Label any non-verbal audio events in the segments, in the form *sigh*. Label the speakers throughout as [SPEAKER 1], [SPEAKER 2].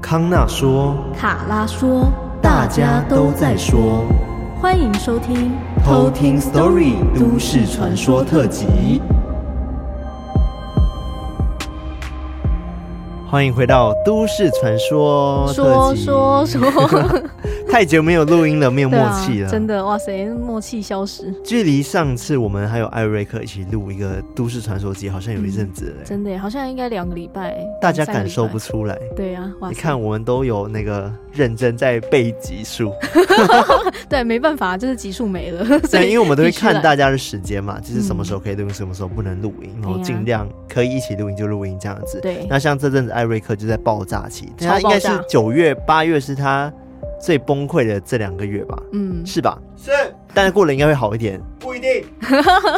[SPEAKER 1] 康纳说，
[SPEAKER 2] 卡拉说，
[SPEAKER 1] 大家都在说，
[SPEAKER 2] 欢迎收听
[SPEAKER 1] 偷听 Story 都市传说特辑。欢迎回到都市传说特
[SPEAKER 2] 说
[SPEAKER 1] 辑。
[SPEAKER 2] 说说，
[SPEAKER 1] *laughs* 太久没有录音了，没有默
[SPEAKER 2] 对啊
[SPEAKER 1] 契了。
[SPEAKER 2] 真的，哇塞，默契消失，
[SPEAKER 1] 距离上次我们还有艾瑞克一起录一个都市传说集，好像有一阵子了、
[SPEAKER 2] 真的耶，好像应该两个礼拜，
[SPEAKER 1] 大家
[SPEAKER 2] 三个
[SPEAKER 1] 感
[SPEAKER 2] 礼拜
[SPEAKER 1] 受不出来。
[SPEAKER 2] 对啊，哇
[SPEAKER 1] 你
[SPEAKER 2] 塞，
[SPEAKER 1] 看，我们都有那个认真在背集数，
[SPEAKER 2] 对，没办法，就是集数没了， *laughs* 所
[SPEAKER 1] *laughs* 对，因
[SPEAKER 2] 以
[SPEAKER 1] 为我们都会
[SPEAKER 2] 必须来
[SPEAKER 1] 看大家的时间嘛，就是什么时候可以录音，什么时候不能录音，然后
[SPEAKER 2] 对啊
[SPEAKER 1] 尽量可以一起录音就录音这样子。
[SPEAKER 2] *laughs* 对
[SPEAKER 1] 那像这阵子艾瑞克就在爆炸期，
[SPEAKER 2] 超
[SPEAKER 1] 他应该
[SPEAKER 2] 爆
[SPEAKER 1] 是
[SPEAKER 2] 炸
[SPEAKER 1] 九月、八月是他最崩溃的这两个月吧，
[SPEAKER 2] 嗯，
[SPEAKER 1] 是吧？
[SPEAKER 3] 是
[SPEAKER 1] 但是过了应该会好一点，
[SPEAKER 3] 不
[SPEAKER 2] *laughs*
[SPEAKER 3] 一定。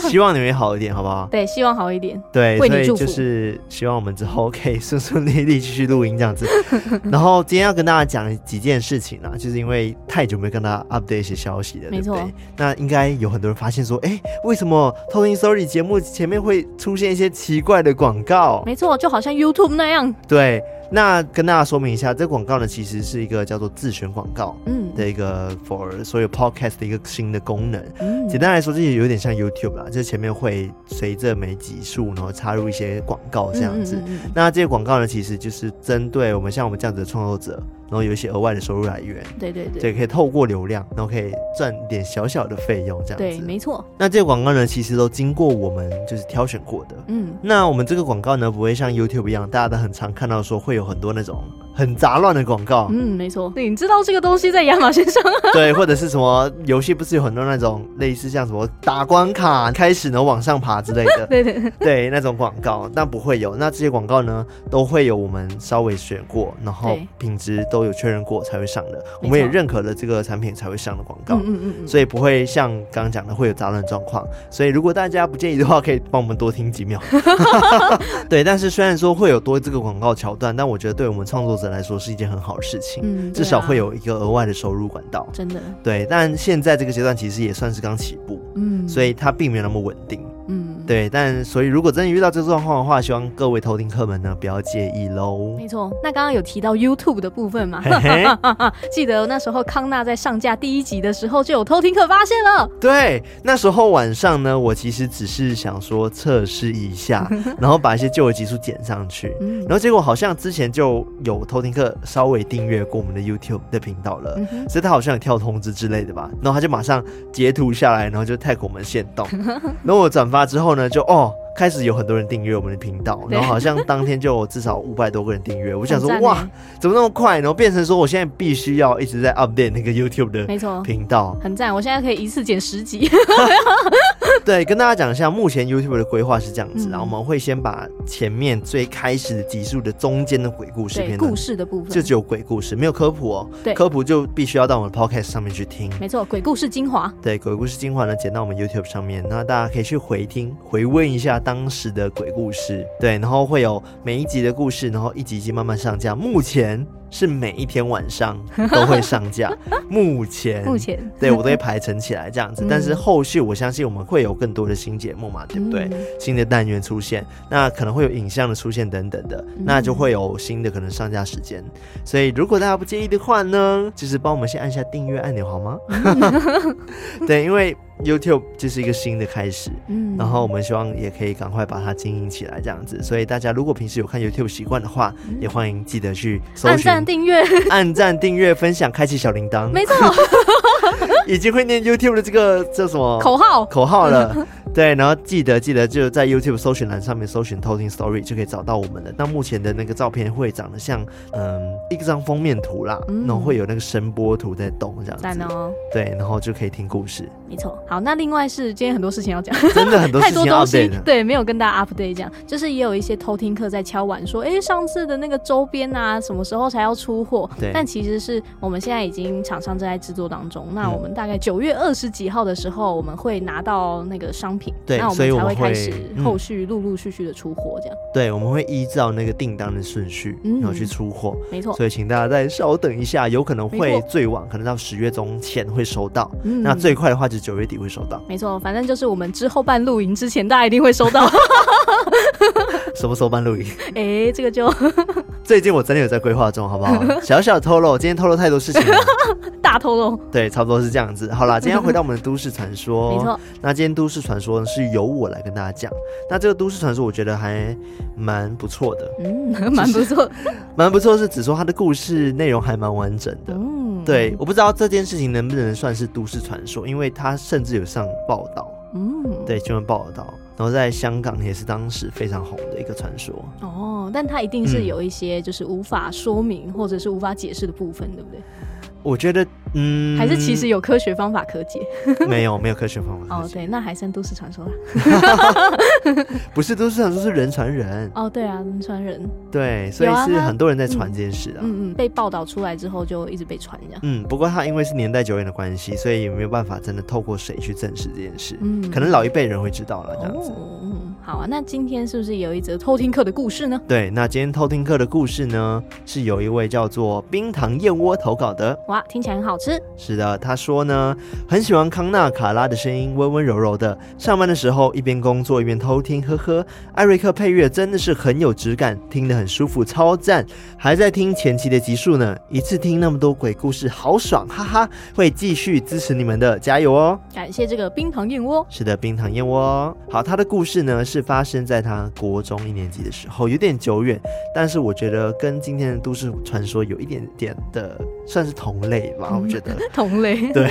[SPEAKER 1] *laughs* 希望你会好一点，好不好？
[SPEAKER 2] 对，希望好一点，
[SPEAKER 1] 对，
[SPEAKER 2] 为
[SPEAKER 1] 所
[SPEAKER 2] 你
[SPEAKER 1] 以
[SPEAKER 2] 祝
[SPEAKER 1] 就
[SPEAKER 2] 福
[SPEAKER 1] 是希望我们之后可以顺顺利利继续录音这样子。然后今天要跟大家讲几件事情啦，就是因为太久没跟大家 update 一些消息了，
[SPEAKER 2] 没错
[SPEAKER 1] 对不对？那应该有很多人发现说，哎，为什么偷听 Story 节目前面会出现一些奇怪的广告？
[SPEAKER 2] 没错，就好像 YouTube 那样，
[SPEAKER 1] 对，那跟大家说明一下，这广告呢其实是一个叫做自选广告
[SPEAKER 2] 嗯，
[SPEAKER 1] 的一个 for 所有 podcast 的一个新的功能。
[SPEAKER 2] 嗯，
[SPEAKER 1] 简单来说，这也有点像 YouTube 啦，就是前面会随着每集数，然后插入一些广告这样子。
[SPEAKER 2] 嗯，嗯嗯嗯
[SPEAKER 1] 那这些广告呢，其实就是针对我们像我们这样子的创作者，然后有一些额外的收入来源，
[SPEAKER 2] 嗯对对对，
[SPEAKER 1] 对，可以透过流量，然后可以赚点小小的费用这样
[SPEAKER 2] 对，
[SPEAKER 1] 子。
[SPEAKER 2] 没错，
[SPEAKER 1] 那这些广告呢，其实都经过我们就是挑选过的。
[SPEAKER 2] 嗯，
[SPEAKER 1] 那我们这个广告呢，不会像 YouTube 一样，大家都很常看到说会有很多那种很杂乱的广告，
[SPEAKER 2] 嗯，没错，对，你知道这个东西在亚马逊上，
[SPEAKER 1] *laughs* 对，或者是什么游戏，不是有很多那种类似像什么打关卡开始能往上爬之类
[SPEAKER 2] *laughs*
[SPEAKER 1] 的，
[SPEAKER 2] 对对，对
[SPEAKER 1] 对那种广告，那不会有。那这些广告呢，都会有我们稍微选过，然后
[SPEAKER 2] 对
[SPEAKER 1] 品质都有确认过才会上的，我
[SPEAKER 2] 没
[SPEAKER 1] 们也
[SPEAKER 2] 错
[SPEAKER 1] 认可了这个产品才会上的广告。
[SPEAKER 2] 嗯嗯嗯嗯，
[SPEAKER 1] 所以不会像刚刚讲的会有杂乱状况，所以如果大家不介意的话，可以帮我们多听几
[SPEAKER 2] *laughs*
[SPEAKER 1] 秒。对，但是虽然说会有多这个广告桥段，但我觉得对我们创作者来说是一件很好的事情，
[SPEAKER 2] 嗯
[SPEAKER 1] 至少会。
[SPEAKER 2] 对啊
[SPEAKER 1] 有一个额外的收入管道。
[SPEAKER 2] 真的，
[SPEAKER 1] 对，但现在这个阶段其实也算是刚起步，
[SPEAKER 2] 嗯，
[SPEAKER 1] 所以它并没有那么稳定。
[SPEAKER 2] 嗯，
[SPEAKER 1] 对，但所以如果真的遇到这状况的话，希望各位偷听客们呢不要介意喽。
[SPEAKER 2] *laughs* 没错。那刚刚有提到 YouTube 的部分嘛？
[SPEAKER 1] 嘿嘿
[SPEAKER 2] *laughs* 记得那时候康纳在上架第一集的时候就有偷听客发现了，
[SPEAKER 1] 对，那时候晚上呢，我其实只是想说测试一
[SPEAKER 2] *laughs*
[SPEAKER 1] 下，然后把一些旧的集数剪上去。
[SPEAKER 2] 嗯
[SPEAKER 1] 然后结果好像之前就有偷听客稍微订阅过我们的 YouTube 的频道了，
[SPEAKER 2] 嗯哼
[SPEAKER 1] 所以他好像有跳通知之类的吧，然后他就马上截图下来，然后就 tag 我们线
[SPEAKER 2] *laughs*
[SPEAKER 1] 动，然后我转发之后呢，就哦。开始有很多人订阅我们的频道，
[SPEAKER 2] 对
[SPEAKER 1] 然后好像当天就有至少五百多个人订阅。我想说，
[SPEAKER 2] 很赞
[SPEAKER 1] 哇
[SPEAKER 2] 欸，
[SPEAKER 1] 怎么那么快？然后变成说，我现在必须要一直在 update 那个 YouTube 的
[SPEAKER 2] 没错，
[SPEAKER 1] 频道。
[SPEAKER 2] 很赞。我现在可以一次剪
[SPEAKER 1] *laughs*
[SPEAKER 2] 十集，
[SPEAKER 1] 对，跟大家讲一下，目前 YouTube 的规划是这样子，
[SPEAKER 2] 嗯
[SPEAKER 1] 然后我们会先把前面最开始的集数的中间的鬼故事
[SPEAKER 2] 对
[SPEAKER 1] 片
[SPEAKER 2] 故
[SPEAKER 1] 段，
[SPEAKER 2] 事的部
[SPEAKER 1] 就
[SPEAKER 2] 分，
[SPEAKER 1] 只有鬼故事，没有科普哦。
[SPEAKER 2] 对
[SPEAKER 1] 科普就必须要到我们的 Podcast 上面去听。
[SPEAKER 2] 没错，鬼故事精华，
[SPEAKER 1] 对，鬼故事精华呢，剪到我们 YouTube 上面，那大家可以去回听、回温一下当时的鬼故事。对，然后会有每一集的故事，然后一集一集慢慢上架。目前是每一天晚上
[SPEAKER 2] *laughs*
[SPEAKER 1] 都会上架，目前
[SPEAKER 2] 目前
[SPEAKER 1] 对我都会排成起来这样子。
[SPEAKER 2] 嗯
[SPEAKER 1] 但是后续我相信我们会有更多的新节目嘛，对不对？
[SPEAKER 2] 嗯
[SPEAKER 1] 新的单元出现，那可能会有影像的出现等等的，
[SPEAKER 2] 嗯
[SPEAKER 1] 那就会有新的可能上架时间。所以如果大家不介意的话呢，就是帮我们先按下订阅按钮好
[SPEAKER 2] *laughs*
[SPEAKER 1] 吗？对，因为 YouTube 就是一个新的开始。
[SPEAKER 2] 嗯
[SPEAKER 1] 然后我们希望也可以赶快把它经营起来，这样子。所以大家如果平时有看 YouTube 习惯的话，也欢迎记得去搜
[SPEAKER 2] 嗯按
[SPEAKER 1] 寻
[SPEAKER 2] 赞、、订阅，
[SPEAKER 1] 按赞、订阅、分享、开启小铃铛。 *laughs*
[SPEAKER 2] 没错，
[SPEAKER 1] 已经会念 YouTube 的这个叫什么
[SPEAKER 2] 口 *laughs* 号，
[SPEAKER 1] 口号了。对，然后记得记得就在 YouTube 搜寻栏上面搜寻“偷听 Story” 就可以找到我们了。那目前的那个照片会长得像嗯一张封面图啦，
[SPEAKER 2] 嗯
[SPEAKER 1] 然后会有那个声波图在动这样
[SPEAKER 2] 赞
[SPEAKER 1] 子。
[SPEAKER 2] 哦。
[SPEAKER 1] 对，然后就可以听故事，
[SPEAKER 2] 没错，好，那另外是今天很多事情要讲，
[SPEAKER 1] 真的很多
[SPEAKER 2] *laughs* 太
[SPEAKER 1] 事
[SPEAKER 2] 多
[SPEAKER 1] 情要
[SPEAKER 2] 东西
[SPEAKER 1] update 了。
[SPEAKER 2] 对，没有跟大家 update 这样，就是也有一些偷听客在敲碗说，哎、上次的那个周边啊，什么时候才要出货
[SPEAKER 1] 对？
[SPEAKER 2] 但其实是我们现在已经厂商正在制作当中，那
[SPEAKER 1] 嗯
[SPEAKER 2] 我们大概九月二十几号的时候，我们会拿到那个商品，
[SPEAKER 1] 对
[SPEAKER 2] 那
[SPEAKER 1] 所以我
[SPEAKER 2] 才
[SPEAKER 1] 们
[SPEAKER 2] 会
[SPEAKER 1] 会
[SPEAKER 2] 开始
[SPEAKER 1] 嗯
[SPEAKER 2] 后续陆陆续续的出货这样，
[SPEAKER 1] 对，我们会依照那个订单的顺序，
[SPEAKER 2] 嗯
[SPEAKER 1] 然后去出货。
[SPEAKER 2] 没错，
[SPEAKER 1] 所以请大家再稍等一下，有可能会
[SPEAKER 2] 没错
[SPEAKER 1] 最晚可能到十月中前会收到，
[SPEAKER 2] 嗯
[SPEAKER 1] 那最快的话就是九月底会收到。
[SPEAKER 2] 没错，反正就是我们之后办露营
[SPEAKER 1] *laughs*
[SPEAKER 2] 之前，大家一定会收到，
[SPEAKER 1] 什么时候办录音？
[SPEAKER 2] 哎、这个就
[SPEAKER 1] 最近我真的有在规划中，好不
[SPEAKER 2] *laughs*
[SPEAKER 1] 好？小小透露，今天透露太多事情了。
[SPEAKER 2] 大透露，
[SPEAKER 1] 对，差不多是这样子。好啦，今天回到我们的都市传说，
[SPEAKER 2] 没错。
[SPEAKER 1] 那今天都市传说呢是由我来跟大家讲。那这个都市传说，我觉得还蛮不错的，哦
[SPEAKER 2] 嗯，蛮不错的，
[SPEAKER 1] 蛮不错是指说它的故事内容还蛮完整的。
[SPEAKER 2] 嗯，
[SPEAKER 1] 对，，我不知道这件事情能不能算是都市传说，因为它甚至有上报道，
[SPEAKER 2] 嗯，
[SPEAKER 1] 对新闻报道，然后在香港也是当时非常红的一个传说。
[SPEAKER 2] 哦，但它一定
[SPEAKER 1] 嗯
[SPEAKER 2] 是有一些就是无法说明或者是无法解释的部分，对不对？
[SPEAKER 1] 我觉得，嗯，
[SPEAKER 2] 还是其实有科学方法可解？
[SPEAKER 1] 没有没有科学方法可
[SPEAKER 2] 哦，
[SPEAKER 1] 解，
[SPEAKER 2] 对，那还算都市传说啦。
[SPEAKER 1] 不是都市传说，是人传人，
[SPEAKER 2] 哦，对啊，轮船人，
[SPEAKER 1] 对，所以
[SPEAKER 2] 有啊
[SPEAKER 1] 是
[SPEAKER 2] 它
[SPEAKER 1] 很多人在传这件事啊。
[SPEAKER 2] 嗯嗯，被报道出来之后就一直被传这样。
[SPEAKER 1] 嗯，不过它因为是年代久远的关系，所以也没有办法真的透过谁去证实这件事。
[SPEAKER 2] 嗯，
[SPEAKER 1] 可能老一辈人会知道了，这样子。
[SPEAKER 2] 哦，嗯，好啊。那今天是不是有一则偷听课的故事呢？
[SPEAKER 1] 对，那今天偷听课的故事呢，是有一位叫做冰糖燕窝投稿的。
[SPEAKER 2] 哇，听起来很好吃。
[SPEAKER 1] 是的，他说呢，很喜欢康纳卡拉的声音，温温柔柔的。上班的时候一边工作一边偷听，呵呵。艾瑞克配乐真的是很有质感，听得很舒服，超赞。还在听前期的集数呢，一次听那么多鬼故事，好爽，哈哈。会继续支持你们的，加油哦！
[SPEAKER 2] 感谢这个冰糖燕窝。
[SPEAKER 1] 是的，冰糖燕窝。好，他的故事呢是发生在他国中一年级的时候，有点久远，但是我觉得跟今天的都市传说有一点点的算是同类吧，我觉得。 *laughs*
[SPEAKER 2] 同类，
[SPEAKER 1] 对，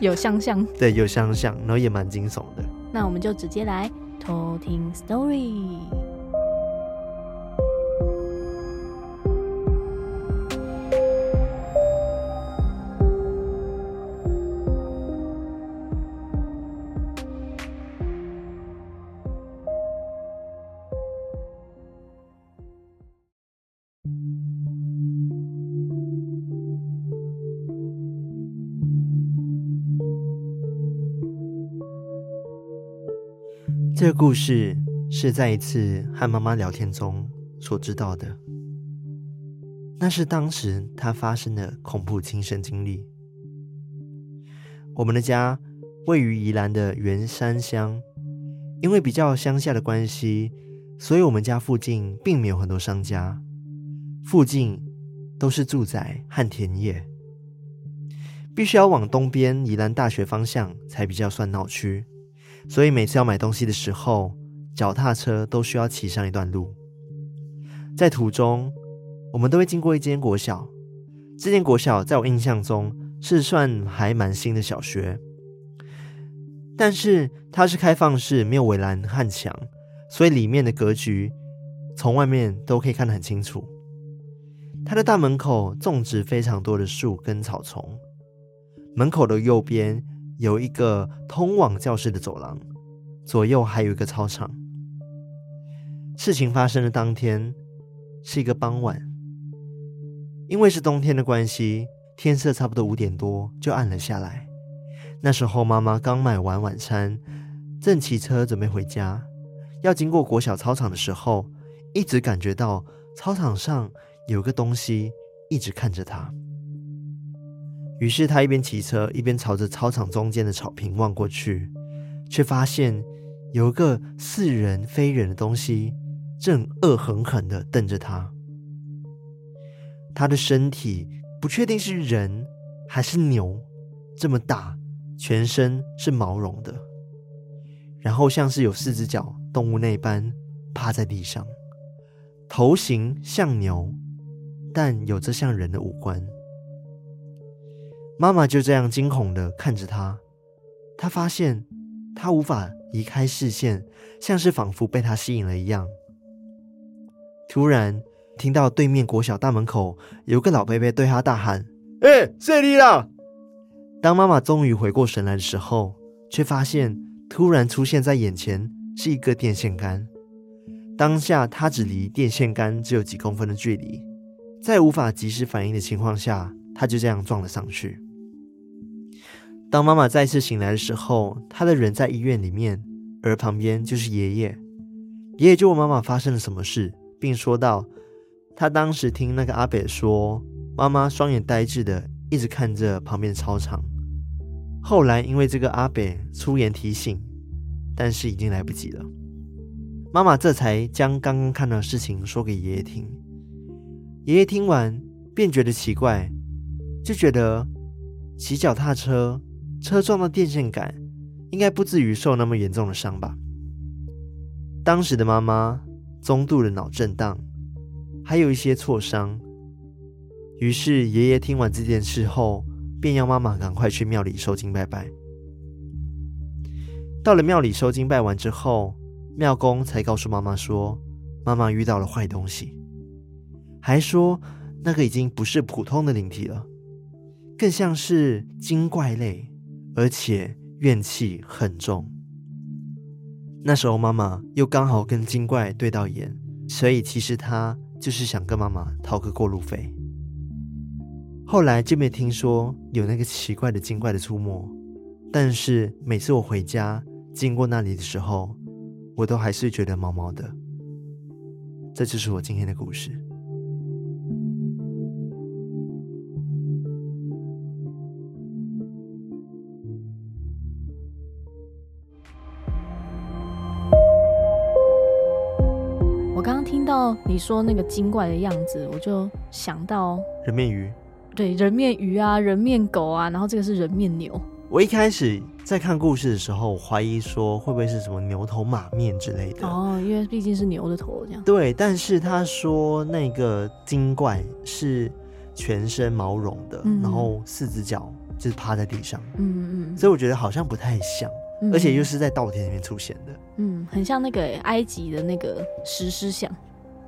[SPEAKER 2] 有相像。
[SPEAKER 1] 对，有相像，然后也蛮惊悚的。
[SPEAKER 2] 那我们就直接来偷听 story。
[SPEAKER 1] 这个故事是在一次和妈妈聊天中所知道的，那是当时她发生的恐怖亲身经历。我们的家位于宜兰的员山乡，因为比较乡下的关系，所以我们家附近并没有很多商家，附近都是住宅和田野，必须要往东边宜兰大学方向才比较算闹区。所以每次要买东西的时候，脚踏车都需要骑上一段路。在途中，我们都会经过一间国小。这间国小在我印象中是算还蛮新的小学，但是它是开放式，没有围栏和墙，所以里面的格局从外面都可以看得很清楚。它的大门口种植非常多的树跟草丛，门口的右边有一个通往教室的走廊，左右还有一个操场。事情发生的当天是一个傍晚，因为是冬天的关系，天色差不多五点多就暗了下来。那时候妈妈刚买完晚餐，正骑车准备回家，要经过国小操场的时候，一直感觉到操场上有个东西一直看着她。于是他一边骑车，一边朝着操场中间的草坪望过去，却发现有一个似人非人的东西正恶狠狠地瞪着他。他的身体不确定是人还是牛，这么大，全身是毛茸的，然后像是有四只脚动物那般趴在地上，头型像牛，但有着像人的五官。妈妈就这样惊恐地看着他，她发现他无法移开视线，像是仿佛被他吸引了一样。突然，听到对面国小大门口有个老伯伯对他大喊：“哎、谁你啦！”当妈妈终于回过神来的时候，却发现突然出现在眼前是一个电线杆。当下，他只离电线杆只有几公分的距离。在无法及时反应的情况下，他就这样撞了上去。当妈妈再次醒来的时候，她的人在医院里面，而旁边就是爷爷。爷爷就问妈妈发生了什么事，并说道：“他当时听那个阿北说，妈妈双眼呆滞的一直看着旁边的操场。后来因为这个阿北出言提醒，但是已经来不及了。妈妈这才将刚刚看到的事情说给爷爷听。爷爷听完便觉得奇怪，就觉得骑脚踏车车撞到电线杆，应该不至于受那么严重的伤吧。当时的妈妈中度的脑震荡，还有一些挫伤。于是爷爷听完这件事后，便要妈妈赶快去庙里收金拜拜。到了庙里收金拜完之后，庙公才告诉妈妈说，妈妈遇到了坏东西，还说那个已经不是普通的灵体了，更像是精怪类，而且怨气很重。那时候妈妈又刚好跟精怪对到眼，所以其实她就是想跟妈妈讨个过路费。后来就没听说有那个奇怪的精怪的出没，但是每次我回家经过那里的时候，我都还是觉得毛毛的。这就是我今天的故事。
[SPEAKER 2] 我刚刚听到你说那个精怪的样子，我就想到
[SPEAKER 1] 人面鱼，
[SPEAKER 2] 对人面鱼啊、人面狗啊，然后这个是人面牛，
[SPEAKER 1] 我一开始在看故事的时候，我怀疑说会不会是什么牛头马面之类的。
[SPEAKER 2] 哦，因为毕竟是牛的头这样。
[SPEAKER 1] 对，但是他说那个精怪是全身毛茸的，
[SPEAKER 2] 嗯
[SPEAKER 1] 然后四只脚就是趴在地上，
[SPEAKER 2] 嗯嗯
[SPEAKER 1] 所以我觉得好像不太像，
[SPEAKER 2] 嗯，
[SPEAKER 1] 而且又是在稻田里面出现的。
[SPEAKER 2] 嗯，很像那个欸埃及的那个石狮像，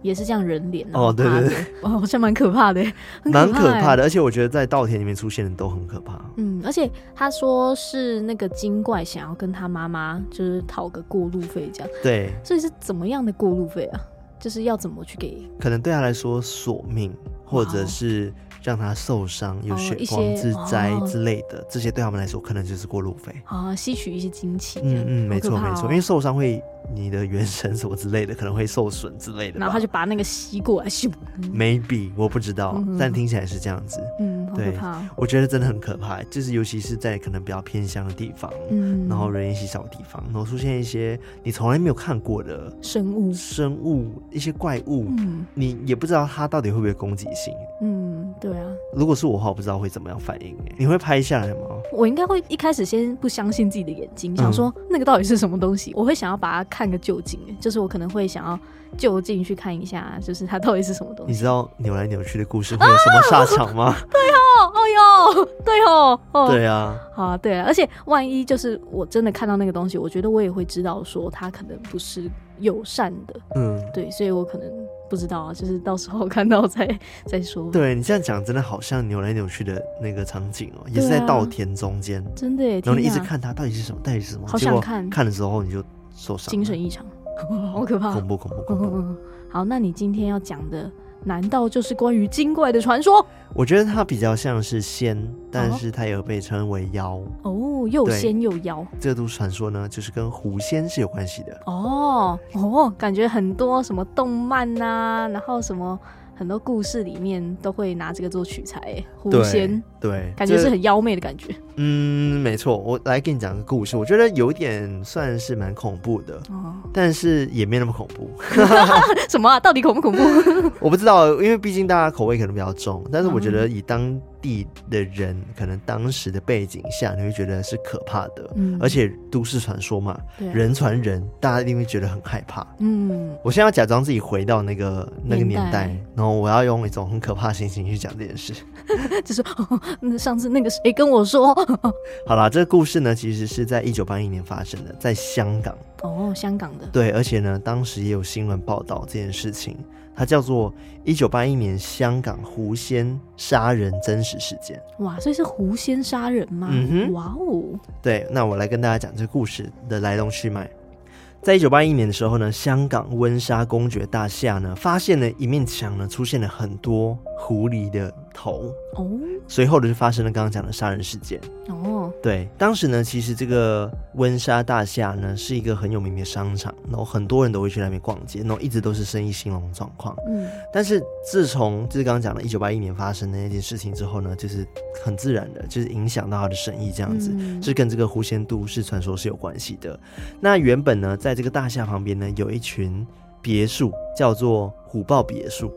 [SPEAKER 2] 也是这样人脸
[SPEAKER 1] 哦对对
[SPEAKER 2] *laughs* 对，哇，好像蛮可怕的欸，很
[SPEAKER 1] 蛮可
[SPEAKER 2] 欸
[SPEAKER 1] 怕的，而且我觉得在稻田里面出现的都很可怕。
[SPEAKER 2] 嗯，而且他说是那个精怪想要跟他妈妈就是讨个过路费这样，
[SPEAKER 1] 对，
[SPEAKER 2] 所以是怎么样的过路费啊？就是要怎么去给
[SPEAKER 1] 可能对他来说索命，或者
[SPEAKER 2] 哇
[SPEAKER 1] 是让他受伤、有
[SPEAKER 2] 哦
[SPEAKER 1] 血
[SPEAKER 2] 一
[SPEAKER 1] 光
[SPEAKER 2] 些
[SPEAKER 1] 之灾
[SPEAKER 2] 哦
[SPEAKER 1] 之类的，这些对他们来说可能就是过路费。
[SPEAKER 2] 啊吸取一些精气这样？
[SPEAKER 1] 嗯嗯，没
[SPEAKER 2] 好可
[SPEAKER 1] 错
[SPEAKER 2] 怕
[SPEAKER 1] 没错，
[SPEAKER 2] 哦
[SPEAKER 1] 因为受伤会你的元神什么之类的可能会受损之类的吧。
[SPEAKER 2] 然后他就把那个吸过来，咻，
[SPEAKER 1] maybe 我不知道，
[SPEAKER 2] 嗯
[SPEAKER 1] 但听起来是这样子。
[SPEAKER 2] 嗯，好可
[SPEAKER 1] 对
[SPEAKER 2] 怕哦，
[SPEAKER 1] 我觉得真的很可怕，就是尤其是在可能比较偏乡的地方，
[SPEAKER 2] 嗯，
[SPEAKER 1] 然后人烟稀少的地方，然后出现一些你从来没有看过的
[SPEAKER 2] 生物，
[SPEAKER 1] 生物、一些怪物，
[SPEAKER 2] 嗯
[SPEAKER 1] 你也不知道它到底会不会攻击性。
[SPEAKER 2] 嗯，对啊，
[SPEAKER 1] 如果是我的话，我不知道会怎么样反应。哎，你会拍下来吗？
[SPEAKER 2] 我应该会一开始先不相信自己的眼睛，
[SPEAKER 1] 嗯
[SPEAKER 2] 想说那个到底是什么东西，我会想要把它看个究竟，就是我可能会想要就近去看一下，就是它到底是什么东
[SPEAKER 1] 你
[SPEAKER 2] 西。
[SPEAKER 1] 知道扭来扭去的故事会有什
[SPEAKER 2] 啊
[SPEAKER 1] 么下场吗？
[SPEAKER 2] 哦，哦哟，对哦，哦，
[SPEAKER 1] 对啊，
[SPEAKER 2] 好啊，对啊，而且万一就是我真的看到那个东西，我觉得我也会知道说它可能不是友善的，
[SPEAKER 1] 嗯，
[SPEAKER 2] 对，所以我可能不知道啊，就是到时候看到再再说。，
[SPEAKER 1] 对你这样讲，真的好像扭来扭去的那个场景哦、也是
[SPEAKER 2] 对啊
[SPEAKER 1] 在稻田中间，
[SPEAKER 2] 真的耶，
[SPEAKER 1] 然后
[SPEAKER 2] 天
[SPEAKER 1] 你一直
[SPEAKER 2] 哪，
[SPEAKER 1] 看它到底是什么，到底是什么，
[SPEAKER 2] 好
[SPEAKER 1] 结
[SPEAKER 2] 想
[SPEAKER 1] 果
[SPEAKER 2] 看，
[SPEAKER 1] 看的时候你就受伤了，
[SPEAKER 2] 精神异常，好可怕。
[SPEAKER 1] 恐怖恐怖恐怖。
[SPEAKER 2] 嗯，好，那你今天要讲的，难道就是关于精怪的传说？
[SPEAKER 1] 我觉得它比较像是仙，但是它也有被称为妖。
[SPEAKER 2] 哦，又
[SPEAKER 1] 对
[SPEAKER 2] 仙又妖，
[SPEAKER 1] 这都传说呢，就是跟狐仙是有关系的。
[SPEAKER 2] 哦哦，感觉很多什么动漫呐、然后什么很多故事里面都会拿这个做取材耶，狐
[SPEAKER 1] 对
[SPEAKER 2] 仙，
[SPEAKER 1] 对，
[SPEAKER 2] 感觉
[SPEAKER 1] 这
[SPEAKER 2] 是很妖媚的感觉。
[SPEAKER 1] 嗯，没错。我来给你讲个故事，我觉得有点算是蛮恐怖的，
[SPEAKER 2] 哦，
[SPEAKER 1] 但是也没那么恐怖。
[SPEAKER 2] *laughs* 什么啊？到底恐不恐怖？
[SPEAKER 1] 我不知道，因为毕竟大家口味可能比较重，但是我觉
[SPEAKER 2] 嗯
[SPEAKER 1] 得以当地的人，可能当时的背景下，你会觉得是可怕的。
[SPEAKER 2] *laughs* 嗯
[SPEAKER 1] 而且都市传说嘛，
[SPEAKER 2] 对啊，
[SPEAKER 1] 人传人，大家一定会觉得很害怕。
[SPEAKER 2] 嗯，
[SPEAKER 1] 我现在要假装自己回到那个那个年
[SPEAKER 2] 年
[SPEAKER 1] 代
[SPEAKER 2] 代，
[SPEAKER 1] 然后我要用一种很可怕的心情去讲这件事。
[SPEAKER 2] 就是、 *laughs* 哦、那上次那个谁跟我说，
[SPEAKER 1] 好啦，这个故事呢，其实是在一九八一年发生的，在香港。
[SPEAKER 2] 哦，香港的，
[SPEAKER 1] 对，而且呢，当时也有新闻报道这件事情，它叫做一九八一年香港狐仙杀人真实事件。
[SPEAKER 2] 哇，所以是狐仙杀人吗？
[SPEAKER 1] 嗯哼
[SPEAKER 2] 哇哦，
[SPEAKER 1] 对，那我来跟大家讲这个故事的来龙去脉。在一九八一年的时候呢，香港温莎公爵大厦呢，发现了一面墙呢，出现了很多狐狸的头，
[SPEAKER 2] 哦
[SPEAKER 1] 随后呢就发生了刚刚讲的杀人事件。
[SPEAKER 2] 哦，
[SPEAKER 1] 对，当时呢，其实这个温莎大厦呢是一个很有名的商场，然后很多人都会去那边逛街，然后一直都是生意兴隆的状况。
[SPEAKER 2] 嗯
[SPEAKER 1] 但是自从就是刚刚讲的，一九八一年发生的那件事情之后呢，就是很自然的，就是影响到他的生意这样子。
[SPEAKER 2] 嗯
[SPEAKER 1] 是跟这个狐仙都市传说是有关系的。那原本呢，在这个大厦旁边呢，有一群别墅，叫做虎豹别墅。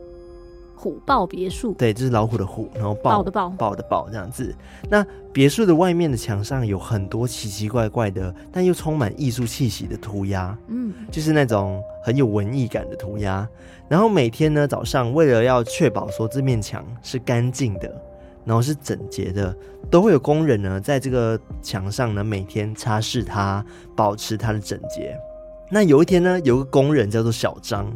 [SPEAKER 2] 虎豹别墅，
[SPEAKER 1] 对，这是老虎的虎，然后豹
[SPEAKER 2] 豹的豹，
[SPEAKER 1] 豹的豹这样子。那别墅的外面的墙上有很多奇奇怪怪的，但又充满艺术气息的涂鸦，
[SPEAKER 2] 嗯，
[SPEAKER 1] 就是那种很有文艺感的涂鸦。然后每天呢早上，为了要确保说这面墙是干净的，然后是整洁的，都会有工人呢在这个墙上呢每天擦拭它，保持它的整洁。那有一天呢，有个工人叫做小张，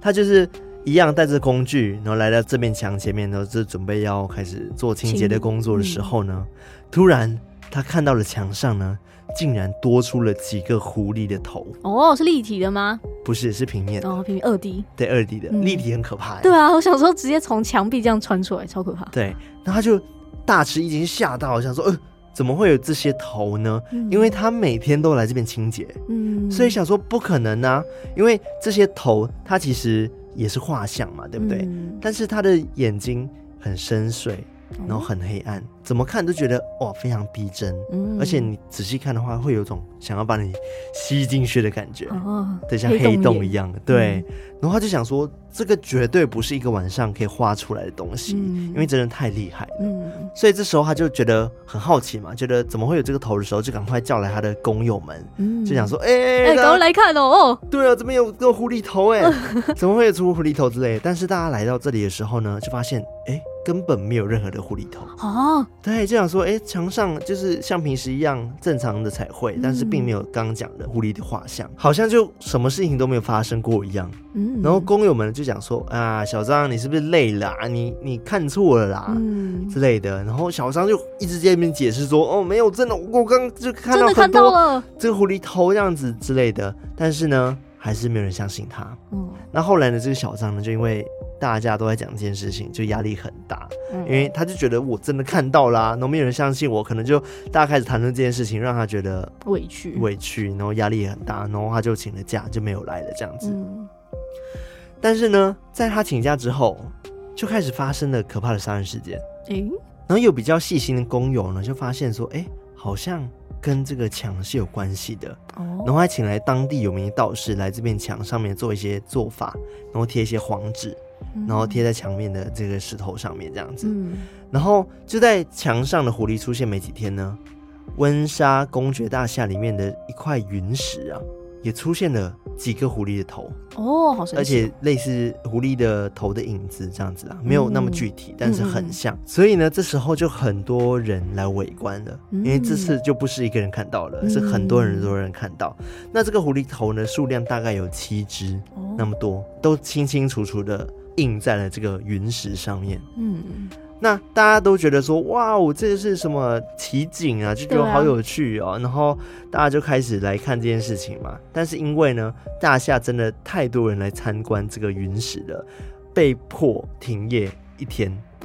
[SPEAKER 1] 他就是一样带着工具，然后来到这面墙前面，然后就准备要开始做清洁的工作的时候呢，突然他看到了墙上呢，竟然多出了几个狐狸的头，
[SPEAKER 2] 哦，是立体的吗？
[SPEAKER 1] 不是，是平面的，
[SPEAKER 2] 哦，平面二 D，
[SPEAKER 1] 对，二 D 的，
[SPEAKER 2] 嗯
[SPEAKER 1] 立体很可怕耶。欸
[SPEAKER 2] 对啊，我想说直接从墙壁这样穿出来，超可怕。
[SPEAKER 1] 对，然后他就大吃一惊，吓到，想说，呃，怎么会有这些头呢？
[SPEAKER 2] 嗯
[SPEAKER 1] 因为他每天都来这边清洁，
[SPEAKER 2] 嗯，
[SPEAKER 1] 所以想说不可能啊，因为这些头它其实也是画像嘛，对不对？
[SPEAKER 2] 嗯哦
[SPEAKER 1] 但是他的眼睛很深邃，然后很黑暗，怎么看都觉得哇非常逼真，
[SPEAKER 2] 嗯
[SPEAKER 1] 而且你仔细看的话，会有种想要把你吸进去的感觉，
[SPEAKER 2] 哦，
[SPEAKER 1] 对，像黑洞一
[SPEAKER 2] 样，
[SPEAKER 1] 样。对，然后他就想说，这个绝对不是一个晚上可以画出来的东西，
[SPEAKER 2] 嗯
[SPEAKER 1] 因为真的太厉害了。
[SPEAKER 2] 嗯
[SPEAKER 1] 所以这时候他就觉得很好奇嘛，觉得怎么会有这个头的时候，就赶快叫来他的工友们，
[SPEAKER 2] 嗯，
[SPEAKER 1] 就想说，哎、大
[SPEAKER 2] 哎，赶
[SPEAKER 1] 家
[SPEAKER 2] 快来看哦，哦，
[SPEAKER 1] 对啊，这边有这种狐狸头哎，怎么会有出狐狸头之类的？但是大家来到这里的时候呢，就发现哎，根本没有任何的狐狸头。
[SPEAKER 2] 哦，
[SPEAKER 1] 对，就想说哎，墙上就是像平时一样正常的彩绘，但是并没有刚刚讲的狐狸的画像，好像就什么事情都没有发生过一样。
[SPEAKER 2] 嗯，
[SPEAKER 1] 然后工友们就讲说啊，小张你是不是累了啊？你你看错了啦。
[SPEAKER 2] 嗯，
[SPEAKER 1] 之类的，然后小张就一直在那边解释说，哦，没有，真的，我刚刚就看到
[SPEAKER 2] 真的
[SPEAKER 1] 很
[SPEAKER 2] 看
[SPEAKER 1] 多
[SPEAKER 2] 到了，
[SPEAKER 1] 这个狐狸头这样子之类的，但是呢，还是没有人相信他。
[SPEAKER 2] 嗯，
[SPEAKER 1] 那后来呢，这个小张呢，就因为大家都在讲这件事情，就压力很大，
[SPEAKER 2] 嗯
[SPEAKER 1] 因为他就觉得我真的看到啦、然后没有人相信我，可能就大家开始谈论这件事情，让他觉得
[SPEAKER 2] 委屈，，
[SPEAKER 1] 委屈，然后压力也很大，然后他就请了假，就没有来了这样子。
[SPEAKER 2] 嗯，
[SPEAKER 1] 但是呢，在他请假之后，就开始发生了可怕的杀人事件。
[SPEAKER 2] 哎，
[SPEAKER 1] 然后有比较细心的工友呢，就发现说，哎，好像跟这个墙是有关系的。然
[SPEAKER 2] 哦，
[SPEAKER 1] 后还请来当地有名的道士来这面墙上面做一些做法，然后贴一些黄纸，然后贴在墙面的这个石头上面这样子。
[SPEAKER 2] 嗯，
[SPEAKER 1] 然后就在墙上的狐狸出现没几天呢，温莎公爵大厦里面的一块云石啊，也出现了几个狐狸的头，
[SPEAKER 2] 嗯，哦，好神奇，
[SPEAKER 1] 而且类似狐狸的头的影子这样子
[SPEAKER 2] 嗯
[SPEAKER 1] 啊，没有那么具体，但是很像。所以呢，这时候就很多人来围观了，
[SPEAKER 2] 嗯
[SPEAKER 1] 因为这次就不是一个人看到了，
[SPEAKER 2] 嗯
[SPEAKER 1] 是很多人很多人看到。那这个狐狸头呢，数量大概有七只，
[SPEAKER 2] 哦，
[SPEAKER 1] 那么多都清清楚楚的印在了这个云石上面。
[SPEAKER 2] 嗯，
[SPEAKER 1] 那大家都觉得说，哇哦，这是什么奇景啊？就觉得
[SPEAKER 2] 对啊
[SPEAKER 1] 好有趣哦。然后大家就开始来看这件事情嘛。但是因为呢，大夏真的太多人来参观这个云石了，被迫停业一天，
[SPEAKER 2] *laughs*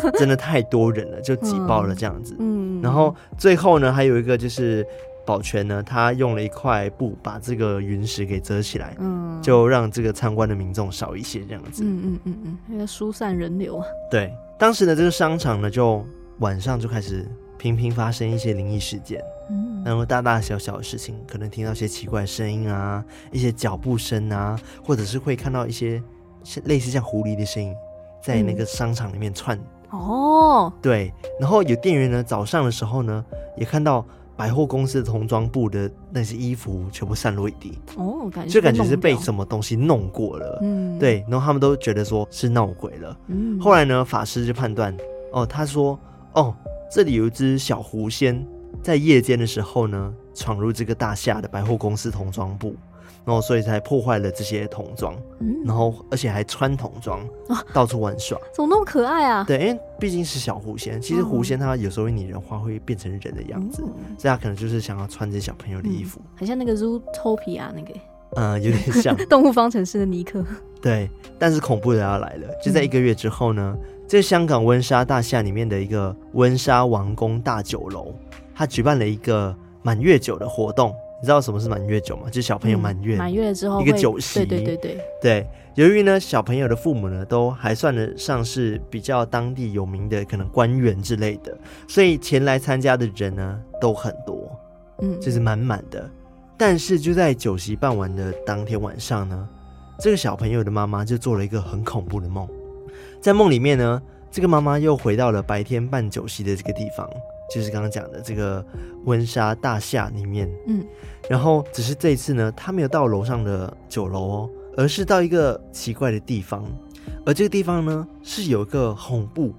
[SPEAKER 1] 就真的太多人了，就挤爆了这样子。
[SPEAKER 2] 嗯，
[SPEAKER 1] 然后最后呢，还有一个就是保全呢，他用了一块布把这个云石给遮起来，
[SPEAKER 2] 嗯，
[SPEAKER 1] 就让这个参观的民众少一些这样子。
[SPEAKER 2] 嗯嗯嗯嗯，那个疏散人流啊，
[SPEAKER 1] 对，当时的这个商场呢，就晚上就开始频频发生一些灵异事件，
[SPEAKER 2] 嗯，
[SPEAKER 1] 然后大大小小的事情，可能听到一些奇怪的声音啊，一些脚步声啊，或者是会看到一些像类似像狐狸的声音在那个商场里面窜。
[SPEAKER 2] 哦，
[SPEAKER 1] 对，然后有店员呢，早上的时候呢，也看到。百货公司的童装部的那些衣服全部散落一地，
[SPEAKER 2] 哦，感觉
[SPEAKER 1] 就感觉是被
[SPEAKER 2] 弄掉
[SPEAKER 1] 什么东西弄过了。
[SPEAKER 2] 嗯，
[SPEAKER 1] 对，然后他们都觉得说是闹鬼了。
[SPEAKER 2] 嗯，
[SPEAKER 1] 后来呢，法师就判断，哦，他说，哦，这里有一只小狐仙，在夜间的时候呢，闯入这个大厦的百货公司童装部，然后所以才破坏了这些童装，
[SPEAKER 2] 嗯，
[SPEAKER 1] 然后而且还穿童装
[SPEAKER 2] 啊，
[SPEAKER 1] 到处玩耍。
[SPEAKER 2] 怎么那么可爱啊？
[SPEAKER 1] 对，因为毕竟是小狐仙，其实狐仙它有时候会拟人化，会变成人的样子，
[SPEAKER 2] 嗯
[SPEAKER 1] 所以它可能就是想要穿这些小朋友的衣服，
[SPEAKER 2] 很像那个 Zootopia 那个
[SPEAKER 1] 嗯、有点像。
[SPEAKER 2] 动物方程式的尼克，
[SPEAKER 1] 对，但是恐怖的要来了，就在一个月之后呢，这香港温莎大厦里面的一个温莎王宫大酒楼，它举办了一个满月酒的活动。你知道什么是满月酒吗？就是小朋友满月。
[SPEAKER 2] 嗯满月了之后
[SPEAKER 1] 一个
[SPEAKER 2] 会
[SPEAKER 1] 酒席
[SPEAKER 2] 对对对对，
[SPEAKER 1] 对，由于呢，小朋友的父母呢，都还算得上是比较当地有名的可能官员之类的，所以前来参加的人呢都很多。
[SPEAKER 2] 嗯，
[SPEAKER 1] 就是满满的。但是就在酒席办完的当天晚上呢，这个小朋友的妈妈就做了一个很恐怖的梦。在梦里面呢，这个妈妈又回到了白天办酒席的这个地方，就是刚刚讲的这个温莎大厦里面。
[SPEAKER 2] 嗯，
[SPEAKER 1] 然后只是这一次呢，她没有到楼上的酒楼哦，而是到一个奇怪的地方，而这个地方呢是有一个红布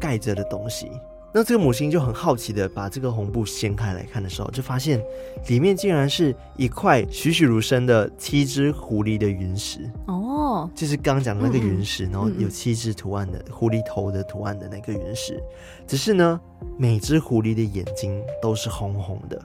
[SPEAKER 1] 盖着的东西。那这个母亲就很好奇的把这个红布掀开来看的时候，就发现里面竟然是一块栩栩如生的七只狐狸的云石。
[SPEAKER 2] 哦，
[SPEAKER 1] 就是刚刚讲的那个
[SPEAKER 2] 嗯
[SPEAKER 1] 云石，然后
[SPEAKER 2] 嗯嗯
[SPEAKER 1] 有七只图案的狐狸头的图案的那个云石，只是呢，每只狐狸的眼睛都是红红的，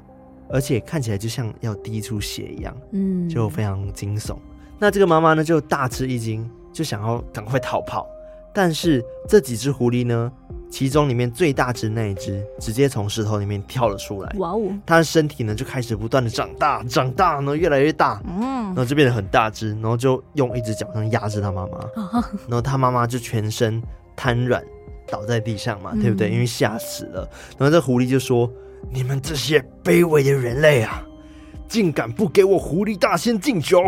[SPEAKER 1] 而且看起来就像要滴出血一样，
[SPEAKER 2] 嗯，
[SPEAKER 1] 就非常惊悚。那这个妈妈呢，就大吃一惊，就想要赶快逃跑。但是这几只狐狸呢，其中里面最大只那一只，直接从石头里面跳了出来，
[SPEAKER 2] 哇哦，
[SPEAKER 1] 它的身体呢就开始不断的长大，长大，然后越来越大，
[SPEAKER 2] 嗯
[SPEAKER 1] 然，后就变得很大只，然后就用一只脚上压制他妈妈，
[SPEAKER 2] 啊
[SPEAKER 1] 然后他妈妈就全身瘫软倒在地上嘛，
[SPEAKER 2] 嗯
[SPEAKER 1] 对不对？因为吓死了。然后这狐狸就说：“你们这些卑微的人类啊，竟敢不给我狐狸大仙敬酒！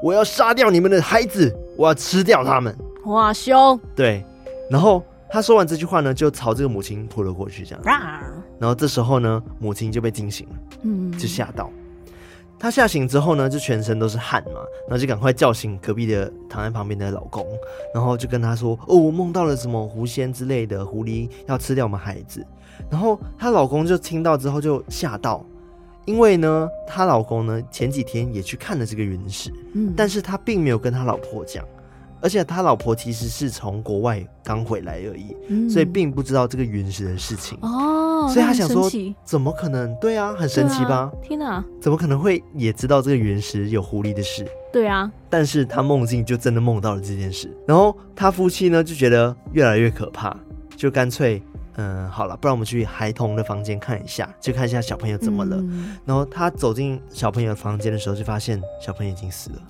[SPEAKER 1] 我要杀掉你们的孩子，我要吃掉他们。
[SPEAKER 2] 哇凶，”
[SPEAKER 1] 对，然后。他说完这句话呢，就朝这个母亲扑了过去，这样。然后这时候呢，母亲就被惊醒了。
[SPEAKER 2] 嗯，
[SPEAKER 1] 就吓到。她吓醒之后呢，就全身都是汗嘛，然后就赶快叫醒隔壁的躺在旁边的老公，然后就跟他说：“哦，我梦到了什么狐仙之类的狐狸要吃掉我们孩子。”然后她老公就听到之后就吓到，因为呢，她老公呢前几天也去看了这个云石，
[SPEAKER 2] 嗯，
[SPEAKER 1] 但
[SPEAKER 2] 是
[SPEAKER 1] 是他并没有跟他老婆讲，而且他老婆其实是从国外刚回来而已，所以并不知道这个云石的事情。
[SPEAKER 2] 嗯哦，
[SPEAKER 1] 所以
[SPEAKER 2] 那
[SPEAKER 1] 他
[SPEAKER 2] 很
[SPEAKER 1] 想
[SPEAKER 2] 神
[SPEAKER 1] 说
[SPEAKER 2] 奇
[SPEAKER 1] 怎么可能？对啊，很神奇
[SPEAKER 2] 对
[SPEAKER 1] 吧？
[SPEAKER 2] 啊天哪，
[SPEAKER 1] 怎么可能会也知道这个原石有狐狸的事？
[SPEAKER 2] 对啊，
[SPEAKER 1] 但是他梦境就真的梦到了这件事，然后他夫妻呢就觉得越来越可怕，就干脆，嗯，好了，不然我们去孩童的房间看一下，就看一下小朋友怎么了。
[SPEAKER 2] 嗯
[SPEAKER 1] 然后他走进小朋友的房间的时候，就发现小朋友已经死了，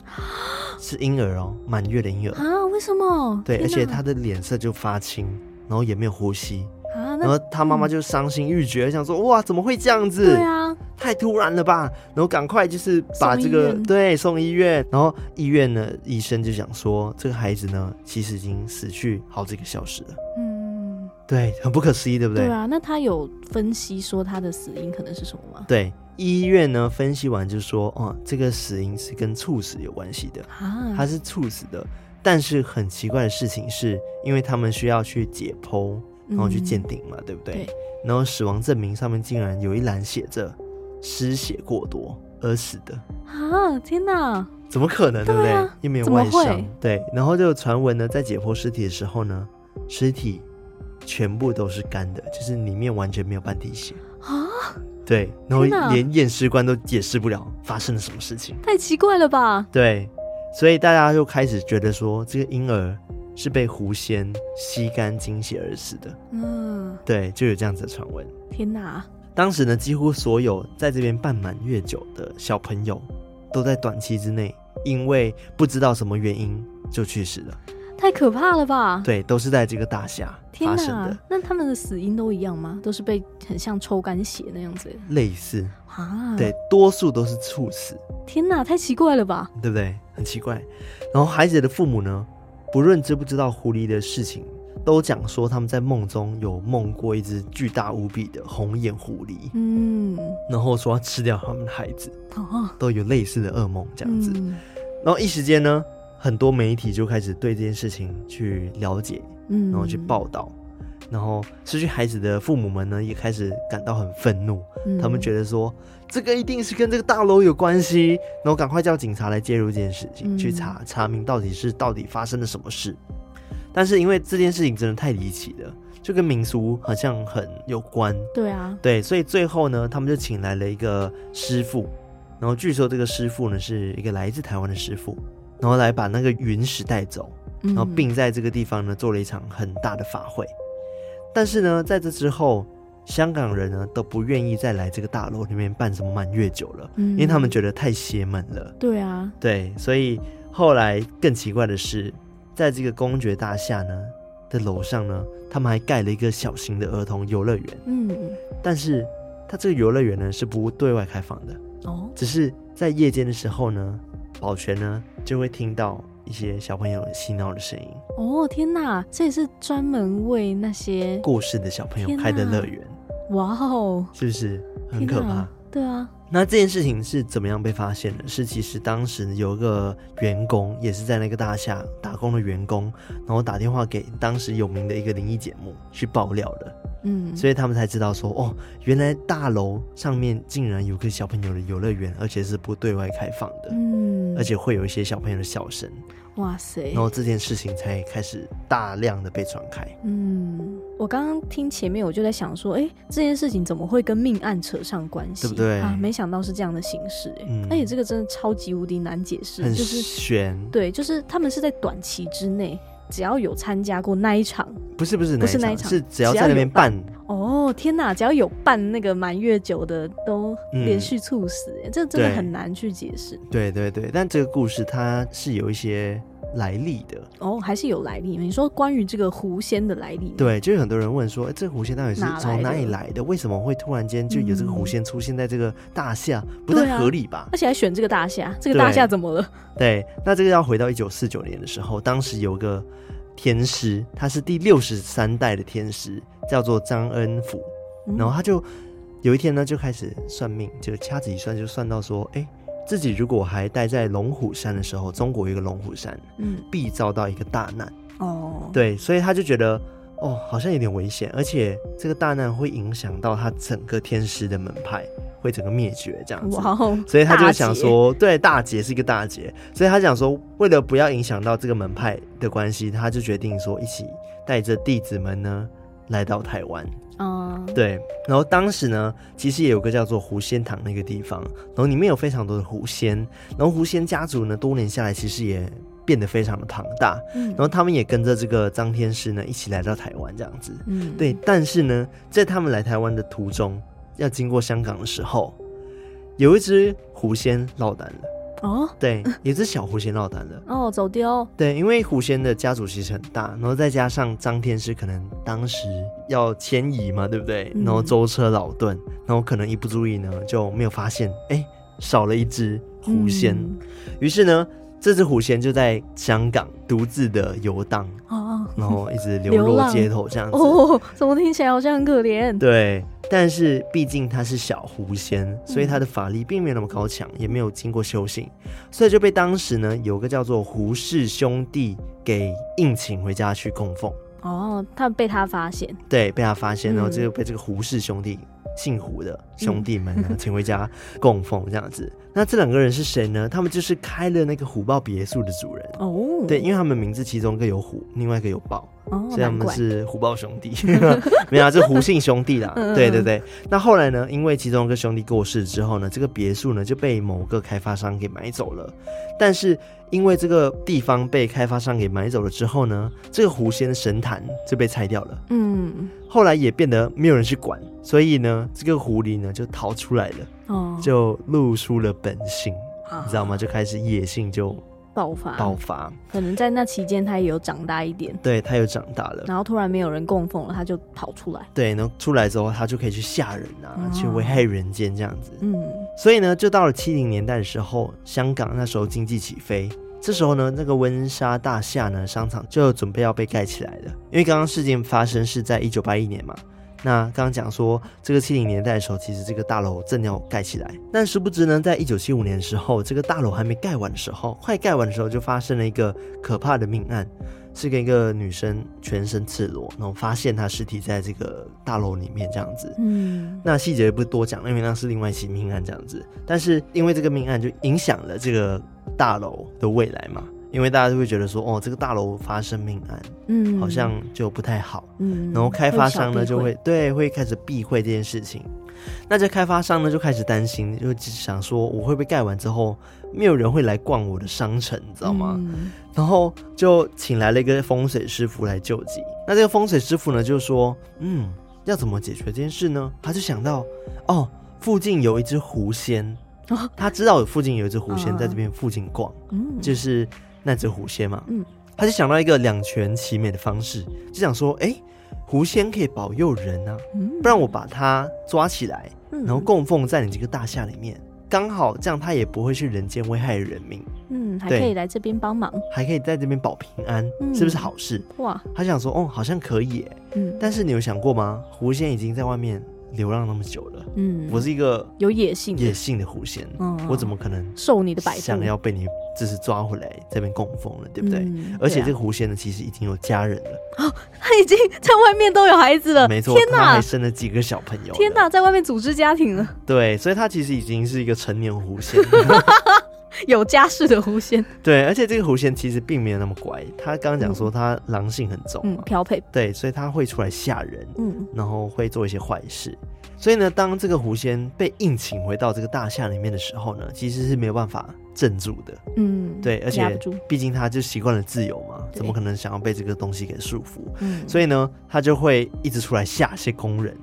[SPEAKER 1] 是婴儿哦，满月的婴儿，
[SPEAKER 2] 啊？为什么？
[SPEAKER 1] 对，
[SPEAKER 2] 天
[SPEAKER 1] 而且
[SPEAKER 2] 哪
[SPEAKER 1] 他的脸色就发青，然后也没有呼吸，
[SPEAKER 2] 啊，
[SPEAKER 1] 然
[SPEAKER 2] 那
[SPEAKER 1] 后他妈妈就伤心欲绝，想说哇，怎么会这样子？
[SPEAKER 2] 对啊，
[SPEAKER 1] 太突然了吧！然后赶快就是把这个
[SPEAKER 2] 送医院
[SPEAKER 1] 对送医院，然后医院呢医生就想说这个孩子呢其实已经死去好几个小时了，
[SPEAKER 2] 嗯，
[SPEAKER 1] 对，很不可思议，对不对？
[SPEAKER 2] 对啊，那他有分析说他的死因可能是什么吗？
[SPEAKER 1] 对医院呢分析完就说，哦、这个死因是跟猝死有关系的，
[SPEAKER 2] 啊，
[SPEAKER 1] 他是猝死的。但是很奇怪的事情是，因为他们需要去解剖，然后去鉴
[SPEAKER 2] 嗯
[SPEAKER 1] 定嘛，对不对？
[SPEAKER 2] 对
[SPEAKER 1] 然后死亡证明上面竟然有一栏写着失血过多而死的。
[SPEAKER 2] 啊，天哪，
[SPEAKER 1] 怎么可能，对不对？
[SPEAKER 2] 对啊
[SPEAKER 1] 又没有
[SPEAKER 2] 怎么
[SPEAKER 1] 外伤
[SPEAKER 2] 会，
[SPEAKER 1] 对。然后就有传闻呢，在解剖尸体的时候呢，尸体全部都是干的，就是里面完全没有半滴血。
[SPEAKER 2] 啊，
[SPEAKER 1] 对，然后
[SPEAKER 2] 天哪
[SPEAKER 1] 连验尸官都解释不了发生了什么事情。
[SPEAKER 2] 太奇怪了吧？
[SPEAKER 1] 对，所以大家就开始觉得说，这个婴儿是被狐仙吸干精血而死的。
[SPEAKER 2] 嗯，
[SPEAKER 1] 对，就有这样子的传闻。
[SPEAKER 2] 天哪，
[SPEAKER 1] 当时呢，几乎所有在这边办满月酒的小朋友，都在短期之内，因为不知道什么原因就去世了。
[SPEAKER 2] 太可怕了吧？
[SPEAKER 1] *laughs* 对，都是在这个大厦
[SPEAKER 2] 天
[SPEAKER 1] 发生的
[SPEAKER 2] 哪，，那他们的死因都一样吗？都是被很像抽干血那样子
[SPEAKER 1] 类似，
[SPEAKER 2] 啊？
[SPEAKER 1] 对，，多数都是猝死，
[SPEAKER 2] 天哪，太奇怪了吧？
[SPEAKER 1] 对不对？很奇怪。然后孩子的父母呢，不论知不知道狐狸的事情，都讲说他们在梦中有梦过一只巨大无比的红眼狐狸，
[SPEAKER 2] 嗯，
[SPEAKER 1] 然后说要吃掉他们的孩子，
[SPEAKER 2] 哦，
[SPEAKER 1] 都有类似的噩梦这样子。
[SPEAKER 2] 嗯
[SPEAKER 1] 然后一时间呢，很多媒体就开始对这件事情去了解，
[SPEAKER 2] 嗯，
[SPEAKER 1] 然后去报道。然后失去孩子的父母们呢，也开始感到很愤怒，
[SPEAKER 2] 嗯，
[SPEAKER 1] 他们觉
[SPEAKER 2] 得
[SPEAKER 1] 得说这个一定是跟这个大楼有关系，然后赶快叫警察来介入这件事情，
[SPEAKER 2] 嗯
[SPEAKER 1] 去查查明到底是到底发生了什么事。但是因为这件事情真的太离奇了，就跟民俗好像很有关，
[SPEAKER 2] 对啊，
[SPEAKER 1] 对，所以最后呢，他们就请来了一个师傅，然后据说这个师傅呢是一个来自台湾的师傅，然后来把那个云石带走，
[SPEAKER 2] 然
[SPEAKER 1] 然后并在这个地方呢做了一场很大的法会。但是呢，在这之后，香港人呢都不愿意再来这个大楼里面办什么满月酒了，因为他们觉得太邪门了。
[SPEAKER 2] 嗯对啊，
[SPEAKER 1] 对，所以后来更奇怪的是，在这个公爵大厦呢的楼上呢，他们还盖了一个小型的儿童游乐园。
[SPEAKER 2] 嗯，
[SPEAKER 1] 但是它这个游乐园呢是不对外开放的，
[SPEAKER 2] 哦，
[SPEAKER 1] 只是在夜间的时候呢，保全呢就会听到一些小朋友嬉闹的声音，
[SPEAKER 2] 哦，天哪，这也是专门为那些
[SPEAKER 1] 故事的小朋友
[SPEAKER 2] 天
[SPEAKER 1] 开的
[SPEAKER 2] 哪
[SPEAKER 1] 乐园，
[SPEAKER 2] 哇哦，
[SPEAKER 1] 是不是很
[SPEAKER 2] 天
[SPEAKER 1] 可
[SPEAKER 2] 哪
[SPEAKER 1] 怕？。
[SPEAKER 2] 对啊，
[SPEAKER 1] 那这件事情是怎么样被发现的？是其实当时有一个员工，也是在那个大厦打工的员工，然后打电话给当时有名的一个灵异节目去爆料的，
[SPEAKER 2] 嗯，
[SPEAKER 1] 所以他们才知道说，哦，原来大楼上面竟然有个小朋友的游乐园，而且是不对外开放的，
[SPEAKER 2] 嗯，
[SPEAKER 1] 而且会有一些小朋友的笑声，
[SPEAKER 2] 哇塞
[SPEAKER 1] 然，后这件事情才开始大量的被传开。
[SPEAKER 2] 嗯，我刚刚听前面我就在想说，哎、这件事情怎么会跟命案扯上关系？
[SPEAKER 1] 对不对
[SPEAKER 2] 啊？没想到是这样的形式、哎、
[SPEAKER 1] 嗯
[SPEAKER 2] 而且这个真的超级无敌难解释，
[SPEAKER 1] 很
[SPEAKER 2] 就是
[SPEAKER 1] 悬，
[SPEAKER 2] 对，就是他们是在短期之内，只要有参加过那一场，
[SPEAKER 1] 不是不是
[SPEAKER 2] 不是
[SPEAKER 1] 那一
[SPEAKER 2] 那一
[SPEAKER 1] 场，
[SPEAKER 2] 场
[SPEAKER 1] 是只要
[SPEAKER 2] 只
[SPEAKER 1] 在
[SPEAKER 2] 要
[SPEAKER 1] 那
[SPEAKER 2] 有
[SPEAKER 1] 边
[SPEAKER 2] 办
[SPEAKER 1] 办，
[SPEAKER 2] 哦，天哪，只要有办那个满月酒的，都
[SPEAKER 1] 嗯
[SPEAKER 2] 连续猝死、哎这真的
[SPEAKER 1] 对
[SPEAKER 2] 很难去解释。
[SPEAKER 1] 对对对，但这个故事它是有一些来历的。
[SPEAKER 2] 哦，还是有来历。你说关于这个狐仙的来历，，
[SPEAKER 1] 对，就有很多人问说，诶哎这个狐仙到底是
[SPEAKER 2] 哪来
[SPEAKER 1] 从哪里
[SPEAKER 2] 的
[SPEAKER 1] 来的？为什么会突然间就有这个狐
[SPEAKER 2] 嗯
[SPEAKER 1] 仙出现在这个大厦？不
[SPEAKER 2] 对
[SPEAKER 1] 太
[SPEAKER 2] 啊
[SPEAKER 1] 合理吧？ *laughs*
[SPEAKER 2] 而且还选这个大虾，这个
[SPEAKER 1] 对
[SPEAKER 2] 大虾怎么了？
[SPEAKER 1] 对，那这个要回到一九四九年的时候，当时有个天师，他是第六十三代的天师，叫做张恩甫，
[SPEAKER 2] 嗯
[SPEAKER 1] 然后他就有一天呢，就开始算命，就掐指一算，就算到说，哎，自己如果还待在龙虎山的时候，中国有一个龙虎山，
[SPEAKER 2] 嗯，
[SPEAKER 1] 必遭到一个大难。
[SPEAKER 2] 哦，
[SPEAKER 1] 对，所以他就觉得哦，好像有点危险，而且这个大难会影响到他整个天师的门派，会整个灭绝这样子。
[SPEAKER 2] 哇哦！
[SPEAKER 1] 所以他就
[SPEAKER 2] 大
[SPEAKER 1] 想
[SPEAKER 2] 姐，
[SPEAKER 1] 说，对，大劫是一个大劫，所以他想说，为了不要影响到这个门派的关系，他就决定说，一起带着弟子们呢来到台湾。
[SPEAKER 2] 嗯，
[SPEAKER 1] 对，然后当时呢，其实也有个叫做狐仙堂那个地方，然后里面有非常多的狐仙，然后狐仙家族呢，多年下来其实也变得非常的庞大，
[SPEAKER 2] 嗯
[SPEAKER 1] 然后他们也跟着这个张天师呢一起来到台湾这样子。
[SPEAKER 2] 嗯，
[SPEAKER 1] 对，但是呢，在他们来台湾的途中，要经过香港的时候，有一只狐仙落单了。
[SPEAKER 2] 哦 *laughs*
[SPEAKER 1] 对，有一只小狐仙落单了。
[SPEAKER 2] 哦，走丢，
[SPEAKER 1] 对，因为狐仙的家族其实很大，然后再加上张天师可能当时要迁移嘛，对不对？
[SPEAKER 2] 嗯
[SPEAKER 1] 然后舟车劳顿，然后可能一不注意呢就没有发现，哎，少了一只狐仙。
[SPEAKER 2] 嗯
[SPEAKER 1] 于是呢，这只狐仙就在香港独自的游荡，
[SPEAKER 2] 哦
[SPEAKER 1] 然后一直流
[SPEAKER 2] 流
[SPEAKER 1] 落
[SPEAKER 2] 浪
[SPEAKER 1] 街头这样子。
[SPEAKER 2] 哦，怎么听起来好像很可怜？
[SPEAKER 1] 对，但是毕竟他是小狐仙，
[SPEAKER 2] 嗯
[SPEAKER 1] 所以他的法力并没有那么高强，也没有经过修行，所以就被当时呢有个叫做胡氏兄弟给硬请回家去供奉。
[SPEAKER 2] 哦，他被他发现，
[SPEAKER 1] 对，被他发现，然后
[SPEAKER 2] 嗯
[SPEAKER 1] 就被这个胡氏兄弟。姓胡的兄弟们呢，请回家 *laughs* 供奉这样子。那这两个人是谁呢？他们就是开了那个虎豹别墅的主人。
[SPEAKER 2] 哦，
[SPEAKER 1] 对，，因为他们名字其中一个有虎，另外一个有豹。
[SPEAKER 2] 哦，
[SPEAKER 1] 所以他
[SPEAKER 2] 难
[SPEAKER 1] 们
[SPEAKER 2] 怪，
[SPEAKER 1] 是虎豹兄弟， *laughs* 没有、啊，是胡姓兄弟啦。
[SPEAKER 2] 嗯嗯
[SPEAKER 1] 对对对。那后来呢，因为其中一个兄弟过世之后呢，这个别墅呢就被某个开发商给买走了。但是因为这个地方被开发商给买走了之后呢，这个狐仙的神坛就被拆掉了。
[SPEAKER 2] 嗯，
[SPEAKER 1] 后来也变得没有人去管，所以呢，这个狐狸呢就逃出来了，
[SPEAKER 2] 哦，
[SPEAKER 1] 就露出了本性，
[SPEAKER 2] 啊
[SPEAKER 1] 你知道吗？就开始野性就
[SPEAKER 2] 爆发，
[SPEAKER 1] 爆发。
[SPEAKER 2] 可能在那期间他也有长大一点，
[SPEAKER 1] 对，它又长大了。
[SPEAKER 2] 然后突然没有人供奉了，他就跑出来，
[SPEAKER 1] 对，然后出来之后，他就可以去吓人啊，
[SPEAKER 2] 哦
[SPEAKER 1] 去危害人间这样子。
[SPEAKER 2] 嗯，
[SPEAKER 1] 所以呢，就到了七零年代的时候，香港那时候经济起飞，这时候呢，那个温莎大厦呢商场就准备要被盖起来了。因为刚刚事件发生是在一九八一年嘛，那刚刚讲说这个七零年代的时候，其实这个大楼正要盖起来，但殊不知呢，在一九七五年的时候，这个大楼还没盖完的时候，快盖完的时候就发生了一个可怕的命案。是跟一个女生全身赤裸，然后发现她尸体在这个大楼里面这样子。
[SPEAKER 2] 嗯，
[SPEAKER 1] 那细节不多讲，因为那是另外一起命案这样子。但是因为这个命案就影响了这个大楼的未来嘛，因为大家就会觉得说，哦，这个大楼发生命案，
[SPEAKER 2] 嗯，
[SPEAKER 1] 好像就不太好。
[SPEAKER 2] 嗯，
[SPEAKER 1] 然后开发
[SPEAKER 2] 小
[SPEAKER 1] 商呢
[SPEAKER 2] 避
[SPEAKER 1] 就
[SPEAKER 2] 讳
[SPEAKER 1] 会，对会开始避讳这件事情。那这开发商呢就开始担心，就想说我会不会盖完之后没有人会来逛我的商城，你知道吗？
[SPEAKER 2] 嗯
[SPEAKER 1] 然后就请来了一个风水师傅来救急。那这个风水师傅呢，就说，嗯，要怎么解决这件事呢？他就想到，哦，附近有一只狐仙
[SPEAKER 2] 哦，
[SPEAKER 1] 他知道有附近有一只狐仙
[SPEAKER 2] 嗯
[SPEAKER 1] 在这边附近逛，
[SPEAKER 2] 嗯，
[SPEAKER 1] 就是那只狐仙嘛。
[SPEAKER 2] 嗯，
[SPEAKER 1] 他就想到一个两全其美的方式，就想说，哎，狐仙可以保佑人啊，
[SPEAKER 2] 嗯
[SPEAKER 1] 不然我把它抓起来，
[SPEAKER 2] 嗯
[SPEAKER 1] 然后供奉在你这个大厦里面。刚好这样他也不会去人间危害人民，
[SPEAKER 2] 嗯，还
[SPEAKER 1] 对
[SPEAKER 2] 可以来这边帮忙，
[SPEAKER 1] 还可以在这边保平安，
[SPEAKER 2] 嗯
[SPEAKER 1] 是不是好事？
[SPEAKER 2] 哇，
[SPEAKER 1] 他想说，哦，好像可以耶。
[SPEAKER 2] 嗯
[SPEAKER 1] 但是你有想过吗？狐仙已经在外面流浪那么久了，
[SPEAKER 2] 嗯，
[SPEAKER 1] 我是一个
[SPEAKER 2] 有野性的，
[SPEAKER 1] 野性的狐仙，
[SPEAKER 2] 嗯
[SPEAKER 1] 我怎么可能
[SPEAKER 2] 受你的摆布，
[SPEAKER 1] 想要被你就是抓回来这边供奉了，对不对？
[SPEAKER 2] 嗯
[SPEAKER 1] 而且
[SPEAKER 2] 对啊
[SPEAKER 1] 这个狐仙呢，其实已经有家人了，
[SPEAKER 2] 他 *laughs* 已经在外面都有孩子了，
[SPEAKER 1] 没错，
[SPEAKER 2] 天
[SPEAKER 1] 他
[SPEAKER 2] 哪
[SPEAKER 1] 还，生了几个小朋友，
[SPEAKER 2] 天哪，，在外面组织家庭了， *laughs*
[SPEAKER 1] 对，所以他其实已经是一个成年狐仙，
[SPEAKER 2] 有家室的狐仙，
[SPEAKER 1] 对，而且这个狐仙其实并没有那么乖，他刚刚讲说他狼性很重
[SPEAKER 2] 嗯
[SPEAKER 1] 嘛，，
[SPEAKER 2] 漂配，
[SPEAKER 1] 对，所以他会出来吓人，
[SPEAKER 2] 嗯
[SPEAKER 1] 然后会做一些坏事。所以呢，当这个狐仙被硬请回到这个大厦里面的时候呢，其实是没有办法镇住的。
[SPEAKER 2] 嗯，
[SPEAKER 1] 对，而
[SPEAKER 2] 压不
[SPEAKER 1] 且
[SPEAKER 2] 住，
[SPEAKER 1] 毕竟他就习惯了自由嘛，
[SPEAKER 2] 对
[SPEAKER 1] 怎么可能想要被这个东西给束缚？
[SPEAKER 2] 嗯，
[SPEAKER 1] 所以呢，他就会一直出来吓一些工
[SPEAKER 2] *laughs*
[SPEAKER 1] 人。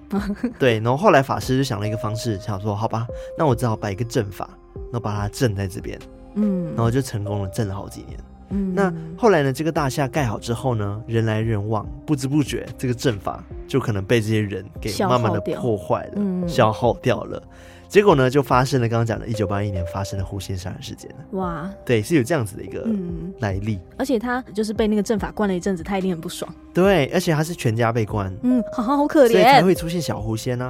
[SPEAKER 1] 对，然后后来法师就想了一个方式，想说好吧，那我只好摆一个阵法，然后把它镇在这边，
[SPEAKER 2] 嗯，
[SPEAKER 1] 然后就成功了，镇了好几年。
[SPEAKER 2] 嗯
[SPEAKER 1] 那后来呢，这个大厦盖好之后呢，人来人往，不知不觉这个阵法就可能被这些人给
[SPEAKER 2] 消耗
[SPEAKER 1] 慢慢的
[SPEAKER 2] 掉
[SPEAKER 1] 破坏了，
[SPEAKER 2] 嗯
[SPEAKER 1] 消耗掉了。结果呢，就发生了刚刚讲的1981年发生的狐仙杀人事件了。
[SPEAKER 2] 哇，
[SPEAKER 1] 对，是有这样子的一个
[SPEAKER 2] 嗯，
[SPEAKER 1] 来历。
[SPEAKER 2] 而且他就是被那个阵法关了一阵子，他一定很不爽，
[SPEAKER 1] 对，而且他是全家被关，
[SPEAKER 2] 嗯，好好好可
[SPEAKER 1] 所以才
[SPEAKER 2] 怜，
[SPEAKER 1] 会出现小狐仙啊，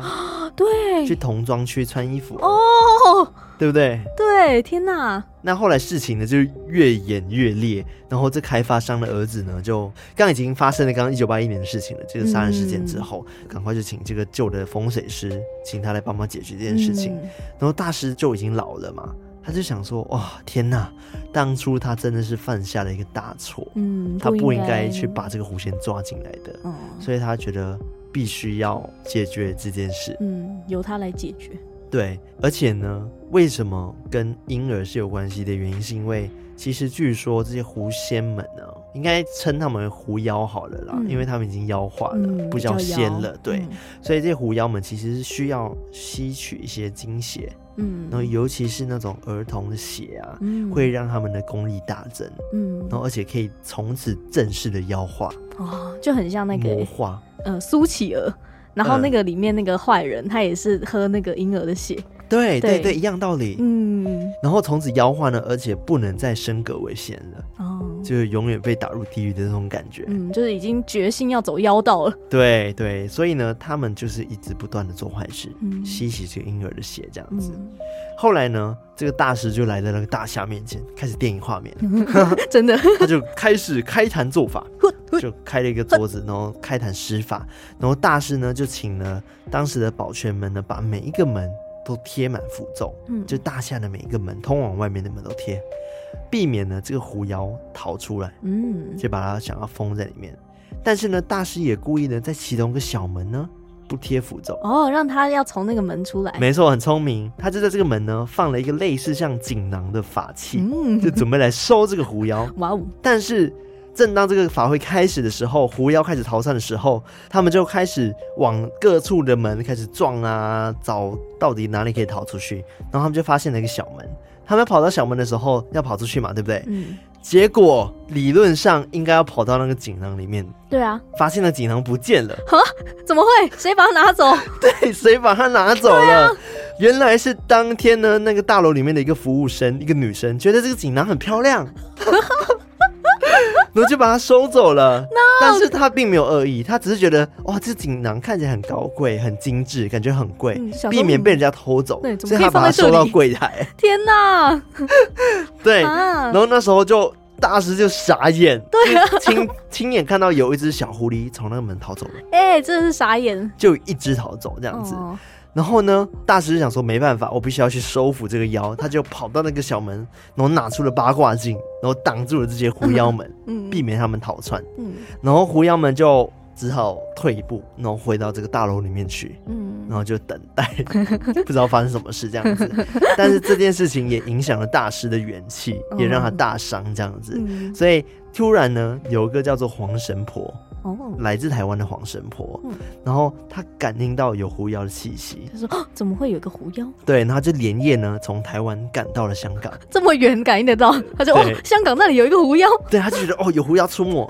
[SPEAKER 1] 去
[SPEAKER 2] 对，
[SPEAKER 1] 童装区穿衣服，啊
[SPEAKER 2] 哦，
[SPEAKER 1] 对不对？
[SPEAKER 2] 对，天哪，
[SPEAKER 1] 那后来事情呢，就是越演越烈，然后这开发商的儿子呢，就刚已经发生了刚刚一九八一年的事情了，这个杀人事件
[SPEAKER 2] 嗯
[SPEAKER 1] 之后，赶快就请这个旧的风水师，请他来帮忙解决这件事情。
[SPEAKER 2] 嗯
[SPEAKER 1] 然后大师就已经老了嘛，他就想说，哇，天哪，当初他真的是犯下了一个大错，
[SPEAKER 2] 嗯，
[SPEAKER 1] 他不应该去，把这个狐仙抓进来的，
[SPEAKER 2] 嗯
[SPEAKER 1] 所以他觉得必须要解决这件事。
[SPEAKER 2] 嗯，由他来解决，
[SPEAKER 1] 对，而且呢，为什么跟婴儿是有关系的原因，是因为其实据说这些狐仙们呢，应该称他们为狐妖好了啦，
[SPEAKER 2] 嗯
[SPEAKER 1] 因为他们已经妖化了，
[SPEAKER 2] 嗯，
[SPEAKER 1] 不
[SPEAKER 2] 叫
[SPEAKER 1] 叫仙
[SPEAKER 2] 妖
[SPEAKER 1] 了。对，，所以这些狐妖们其实是需要吸取一些精血，
[SPEAKER 2] 嗯，
[SPEAKER 1] 然后尤其是那种儿童的血啊，
[SPEAKER 2] 嗯
[SPEAKER 1] 会，让他们的功力大增，
[SPEAKER 2] 嗯，
[SPEAKER 1] 然后而且可以从此正式的妖化、
[SPEAKER 2] 哦，就很像那个
[SPEAKER 1] 魔化。
[SPEAKER 2] 呃苏乞儿，然后
[SPEAKER 1] 嗯
[SPEAKER 2] 那个里面那个坏人，他也是喝那个婴儿的血，
[SPEAKER 1] 对对
[SPEAKER 2] 对
[SPEAKER 1] 对，一样道理。
[SPEAKER 2] 嗯，
[SPEAKER 1] 然后从此妖化呢，而且不能再升格为仙了。
[SPEAKER 2] 哦，
[SPEAKER 1] 就是永远被打入地狱的那种感觉。
[SPEAKER 2] 嗯，就是已经决心要走妖道了，
[SPEAKER 1] 对对，所以呢，他们就是一直不断的做坏事，
[SPEAKER 2] 嗯
[SPEAKER 1] 吸洗这个婴儿的血这 *laughs* 样子。
[SPEAKER 2] 嗯，
[SPEAKER 1] 后来呢，这个大师就来到那个大侠面前，开始电影画面，
[SPEAKER 2] 真的，
[SPEAKER 1] 他就开始开坛做法，就开了一个桌子，然后开坛施法，然后大师呢就请了当时的保全们呢，把每一个门都贴满符咒，
[SPEAKER 2] 嗯
[SPEAKER 1] 就大厦的每一个门，通往外面的门都贴，避免呢这个狐妖逃出来。
[SPEAKER 2] 嗯，
[SPEAKER 1] 就把它想要封在里面。但是呢，大师也故意呢在其中一个小门呢不贴符咒。
[SPEAKER 2] 哦，让他要从那个门出来，
[SPEAKER 1] 没错，很聪明，他就在这个门呢放了一个类似像锦囊的法器，
[SPEAKER 2] 嗯，
[SPEAKER 1] 就准备来收这个狐妖。
[SPEAKER 2] 哇哦，
[SPEAKER 1] 但是正当这个法会开始的时候，狐妖开始逃散的时候，他们就开始往各处的门开始撞啊，找到底哪里可以逃出去。然后他们就发现了一个小门，他们跑到小门的时候要跑出去嘛，对不对？
[SPEAKER 2] 嗯，
[SPEAKER 1] 结果理论上应该要跑到那个锦囊里面，
[SPEAKER 2] 对啊，
[SPEAKER 1] 发现了锦囊不见了，
[SPEAKER 2] 怎么会？谁把他
[SPEAKER 1] *laughs*
[SPEAKER 2] 拿走？
[SPEAKER 1] 对，谁把它拿走了？
[SPEAKER 2] 啊
[SPEAKER 1] 原来是当天呢，那个大楼里面的一个服务生，一个女生，觉得这个锦囊很漂
[SPEAKER 2] *laughs*
[SPEAKER 1] 亮，然后就把它收走了。但是她并没有恶意，她只是觉得哇，这锦囊看起来很高贵、很精致，感觉很贵，
[SPEAKER 2] 嗯
[SPEAKER 1] 哎
[SPEAKER 2] 想说
[SPEAKER 1] 避免被人家偷走
[SPEAKER 2] 对，怎么
[SPEAKER 1] 所以
[SPEAKER 2] 可以
[SPEAKER 1] 她把它
[SPEAKER 2] 放在这
[SPEAKER 1] 收
[SPEAKER 2] 里
[SPEAKER 1] 到柜台。
[SPEAKER 2] 天哪，
[SPEAKER 1] 对，
[SPEAKER 2] 啊
[SPEAKER 1] 哎然，后那时候就。大师就傻眼，对、
[SPEAKER 2] 啊
[SPEAKER 1] 亲亲眼看到有一只小狐狸从那个门逃走了，
[SPEAKER 2] 哎，真的是傻眼，哦
[SPEAKER 1] 就一只逃走这
[SPEAKER 2] 这
[SPEAKER 1] 样子。然后呢，大师就想说没办法，我必须要去收服这个妖，他就跑到那个小门，然后拿出了八卦镜，然后挡住了这些狐妖们，
[SPEAKER 2] 嗯，
[SPEAKER 1] 避免他们逃窜。
[SPEAKER 2] 嗯
[SPEAKER 1] 然后狐妖们就只好退一步，然后回到这个大楼里面去，
[SPEAKER 2] 嗯
[SPEAKER 1] 然后就等待， *laughs* 不知道发生什么事这样子。但是这件事情也影响了大师的元气，也让他大伤这样子。
[SPEAKER 2] 嗯，
[SPEAKER 1] 所以突然呢，有一个叫做黄神婆，
[SPEAKER 2] 哦，
[SPEAKER 1] 来自台湾的黄神婆，
[SPEAKER 2] 嗯
[SPEAKER 1] 然后他感应到有狐妖的气息，
[SPEAKER 2] 他说哦怎么会有一个狐妖
[SPEAKER 1] 对，然后就连夜呢从台湾赶到了香港，
[SPEAKER 2] 这么远感应得到？他就哦
[SPEAKER 1] 对
[SPEAKER 2] 香港那里有一个狐妖，
[SPEAKER 1] 对，他就觉得哦有狐妖出
[SPEAKER 2] *laughs*
[SPEAKER 1] 没，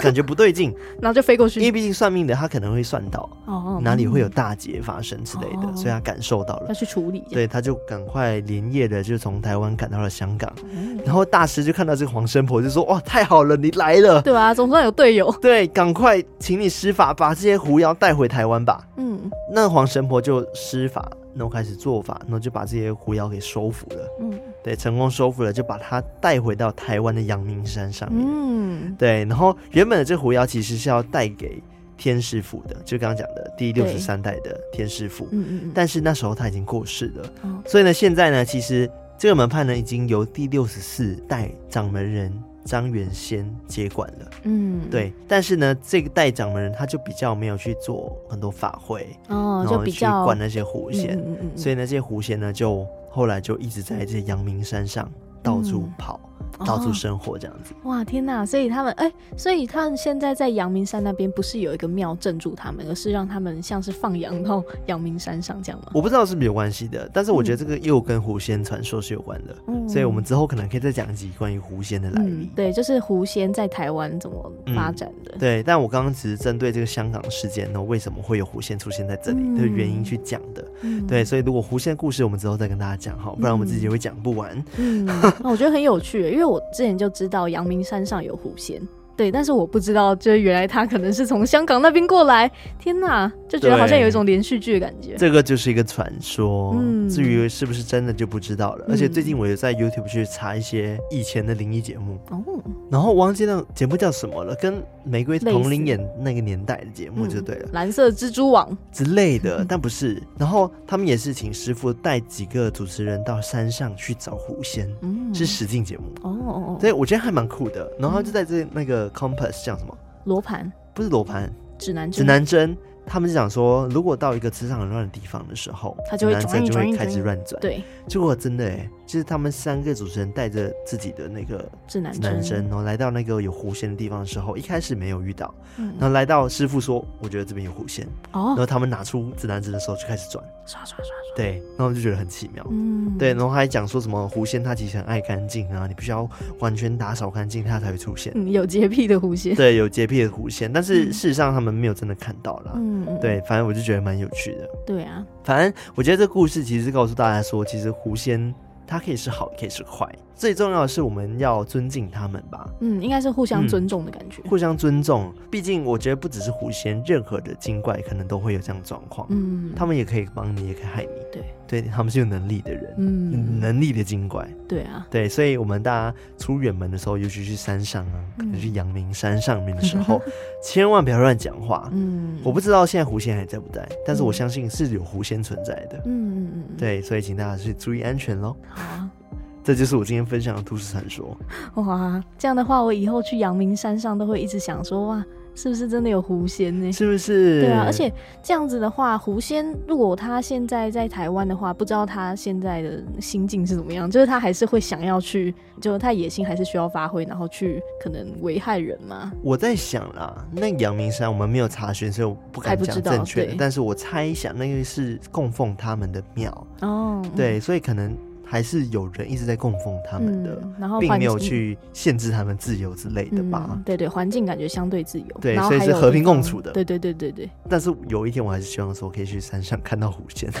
[SPEAKER 1] 感觉不对劲，
[SPEAKER 2] 然后就飞过
[SPEAKER 1] 因为
[SPEAKER 2] 去。
[SPEAKER 1] 毕竟算命的他可能会算到
[SPEAKER 2] 哦
[SPEAKER 1] 哪里会有大劫发生之类的，
[SPEAKER 2] 哦
[SPEAKER 1] 所以他感受到
[SPEAKER 2] 嗯
[SPEAKER 1] 了
[SPEAKER 2] 要。去处理？这样，
[SPEAKER 1] 对，他就赶快连夜的就从台湾赶到了香港，
[SPEAKER 2] 哦
[SPEAKER 1] 然后大师就看到这个黄神婆就说：“哇，太好了，你来了，
[SPEAKER 2] 对啊，总算有队友。
[SPEAKER 1] 对，赶快请你施法把这些狐妖带回台湾吧。”
[SPEAKER 2] 嗯
[SPEAKER 1] 那黄神婆就施法，然后开始做法，然后就把这些狐妖给收服了。
[SPEAKER 2] 嗯
[SPEAKER 1] 对，成功收服了，就把它带回到台湾的阳明山上面。
[SPEAKER 2] 嗯，
[SPEAKER 1] 对，然后原本的这狐妖其实是要带给天师府的，就刚刚讲的第六
[SPEAKER 2] 对
[SPEAKER 1] 十三代的天师府，
[SPEAKER 2] 嗯嗯嗯，
[SPEAKER 1] 但是那时候他已经过世了，
[SPEAKER 2] 哦
[SPEAKER 1] 所以呢，现在呢，其实这个门派呢已经由第六十四代掌门人张元先接管了。
[SPEAKER 2] 嗯，
[SPEAKER 1] 对，但是呢，这个代掌门人他就比较没有去做很多法会，
[SPEAKER 2] 哦，
[SPEAKER 1] 然
[SPEAKER 2] 就
[SPEAKER 1] 后
[SPEAKER 2] 比
[SPEAKER 1] 去
[SPEAKER 2] 较
[SPEAKER 1] 管那些狐仙，
[SPEAKER 2] 嗯嗯嗯嗯
[SPEAKER 1] 所以呢，这些狐仙呢，就后来就一直在这阳明山上到处
[SPEAKER 2] 嗯
[SPEAKER 1] 跑，
[SPEAKER 2] 哦
[SPEAKER 1] 到处生活这样子。
[SPEAKER 2] 哇，天呐！所以他们，哎、所以他们现在在阳明山那边，不是有一个庙镇住他们，而是让他们像是放羊到阳明山上这样吗？
[SPEAKER 1] 我不知道是不是有关系的，但是我觉得这个又跟狐仙传说是有关的，
[SPEAKER 2] 嗯
[SPEAKER 1] 所以我们之后可能可以再讲一集关于狐仙的嗯来历。
[SPEAKER 2] 嗯，对，就是狐仙在台湾怎么嗯发展的。
[SPEAKER 1] 对，但我刚刚只是针对这个香港事件呢，为什么会有狐仙出现在这里的
[SPEAKER 2] 嗯
[SPEAKER 1] 原因去讲的。
[SPEAKER 2] 嗯
[SPEAKER 1] 对，，所以如果狐仙的故事，我们之后再跟大家讲哈，不然我们自己也会讲不完。
[SPEAKER 2] 嗯， *laughs* 那我觉得很有趣，因为我之前就知道阳明山上有狐仙。对，但是我不知道，就是原来他可能是从香港那边过来。天呐，就觉得好像有一种连续剧的感觉。
[SPEAKER 1] 这个就是一个传说，
[SPEAKER 2] 嗯
[SPEAKER 1] 至于是不是真的就不知道了。
[SPEAKER 2] 嗯
[SPEAKER 1] 而且最近我有在 YouTube 去查一些以前的灵异节目，
[SPEAKER 2] *laughs* 哦，
[SPEAKER 1] 然后我忘记那节目叫什么了，跟玫瑰
[SPEAKER 2] 类似嗯
[SPEAKER 1] 同龄演那个年代的节目就对了、
[SPEAKER 2] 蓝色蜘蛛网。
[SPEAKER 1] 之类
[SPEAKER 2] *laughs*
[SPEAKER 1] 的，但不是。然后他们也是请师傅带几个主持人到山上去找狐仙，
[SPEAKER 2] 嗯，
[SPEAKER 1] 是实境节目，
[SPEAKER 2] 哦哦哦，
[SPEAKER 1] 所以我觉得还蛮酷的。然后就在
[SPEAKER 2] 嗯
[SPEAKER 1] 这那个 Compass 叫什么？
[SPEAKER 2] 罗盘
[SPEAKER 1] 不是罗盘，
[SPEAKER 2] 指南
[SPEAKER 1] 指
[SPEAKER 2] 针。
[SPEAKER 1] 南针。他们就讲说，如果到一个磁场很乱的地方的时候，
[SPEAKER 2] 它就会
[SPEAKER 1] 指南针就
[SPEAKER 2] 转一
[SPEAKER 1] 会
[SPEAKER 2] 转
[SPEAKER 1] 开
[SPEAKER 2] 一
[SPEAKER 1] 始
[SPEAKER 2] 转
[SPEAKER 1] 乱转。
[SPEAKER 2] 对，
[SPEAKER 1] 结果真的哎、就是他们三个主持人带着自己的那个
[SPEAKER 2] 指南
[SPEAKER 1] 指
[SPEAKER 2] 针。
[SPEAKER 1] 南针，然后来到那个有狐仙的地方的时候，一开始没有遇到，
[SPEAKER 2] 嗯
[SPEAKER 1] 然后来到师傅说，我觉得这边有狐仙，
[SPEAKER 2] 哦
[SPEAKER 1] 然，后他们拿出指南针的时候就开始转，
[SPEAKER 2] 刷刷刷刷，
[SPEAKER 1] 对，然后我就觉得很奇妙。
[SPEAKER 2] 嗯，
[SPEAKER 1] 对，，然后还讲说什么狐仙它其实很爱干净啊，你必须要完全打扫干净它才会出现。
[SPEAKER 2] 嗯，有洁癖的狐仙，
[SPEAKER 1] 对，有洁癖的狐仙，但是事实上他们没有真的看到啦。
[SPEAKER 2] 嗯，嗯
[SPEAKER 1] 对，反正我就觉得蛮有趣的。
[SPEAKER 2] 对啊，
[SPEAKER 1] 反正我觉得这故事其实是告诉大家说，其实狐仙它可以是好，也可以是坏。最重要的是我们要尊敬他们吧，
[SPEAKER 2] 嗯，应该是互相
[SPEAKER 1] 嗯
[SPEAKER 2] 尊重的感觉，
[SPEAKER 1] 互相尊重。毕竟我觉得不只是狐仙，任何的精怪可能都会有这样的状况。
[SPEAKER 2] 嗯，
[SPEAKER 1] 他们也可以帮你，也可以害你。
[SPEAKER 2] 对，
[SPEAKER 1] 对他们是有能力的人，
[SPEAKER 2] 嗯，
[SPEAKER 1] 能力的精怪。
[SPEAKER 2] 对啊，
[SPEAKER 1] 对，所以我们大家出远门的时候，尤其去山上啊，可能
[SPEAKER 2] 嗯
[SPEAKER 1] 去阳明山上面的时
[SPEAKER 2] *laughs*
[SPEAKER 1] 候，千万不要乱讲话。
[SPEAKER 2] 嗯，
[SPEAKER 1] 我不知道现在狐仙还在不在，但是我
[SPEAKER 2] 嗯
[SPEAKER 1] 相信是有狐仙存在的。
[SPEAKER 2] 嗯，嗯嗯嗯，
[SPEAKER 1] 对，所以请大家去注意安全喽。
[SPEAKER 2] 好啊，
[SPEAKER 1] 这就是我今天分享的都市传说。
[SPEAKER 2] 哇，这样的话，我以后去阳明山上都会一直想说，哇，是不是真的有狐仙呢？
[SPEAKER 1] 是不是？
[SPEAKER 2] 对啊，而且这样子的话，狐仙如果他现在在台湾的话，不知道他现在的心境是怎么样，就是他还是会想要去，就是他野心还是需要发挥，然后去可能危害人嘛。
[SPEAKER 1] 我在想啦，那阳明山我们没有查询，所以我不敢
[SPEAKER 2] 还不
[SPEAKER 1] 讲
[SPEAKER 2] 知道
[SPEAKER 1] 正确的
[SPEAKER 2] 对，
[SPEAKER 1] 但是我猜想那个是供奉他们的庙，
[SPEAKER 2] 哦，
[SPEAKER 1] 对，所以可能还是有人一直在供奉他们的，
[SPEAKER 2] 嗯、然后
[SPEAKER 1] 并
[SPEAKER 2] 环
[SPEAKER 1] 没有
[SPEAKER 2] 境
[SPEAKER 1] 去限制他们自由之类的吧。
[SPEAKER 2] 嗯、对对，环境感觉相对自由，
[SPEAKER 1] 对
[SPEAKER 2] 然后
[SPEAKER 1] 所以
[SPEAKER 2] 还
[SPEAKER 1] 是
[SPEAKER 2] 有
[SPEAKER 1] 和
[SPEAKER 2] 地
[SPEAKER 1] 平共
[SPEAKER 2] 方
[SPEAKER 1] 处的
[SPEAKER 2] 对对对对对，
[SPEAKER 1] 但是有一天，我还是希望说可以去山上看到狐仙，啊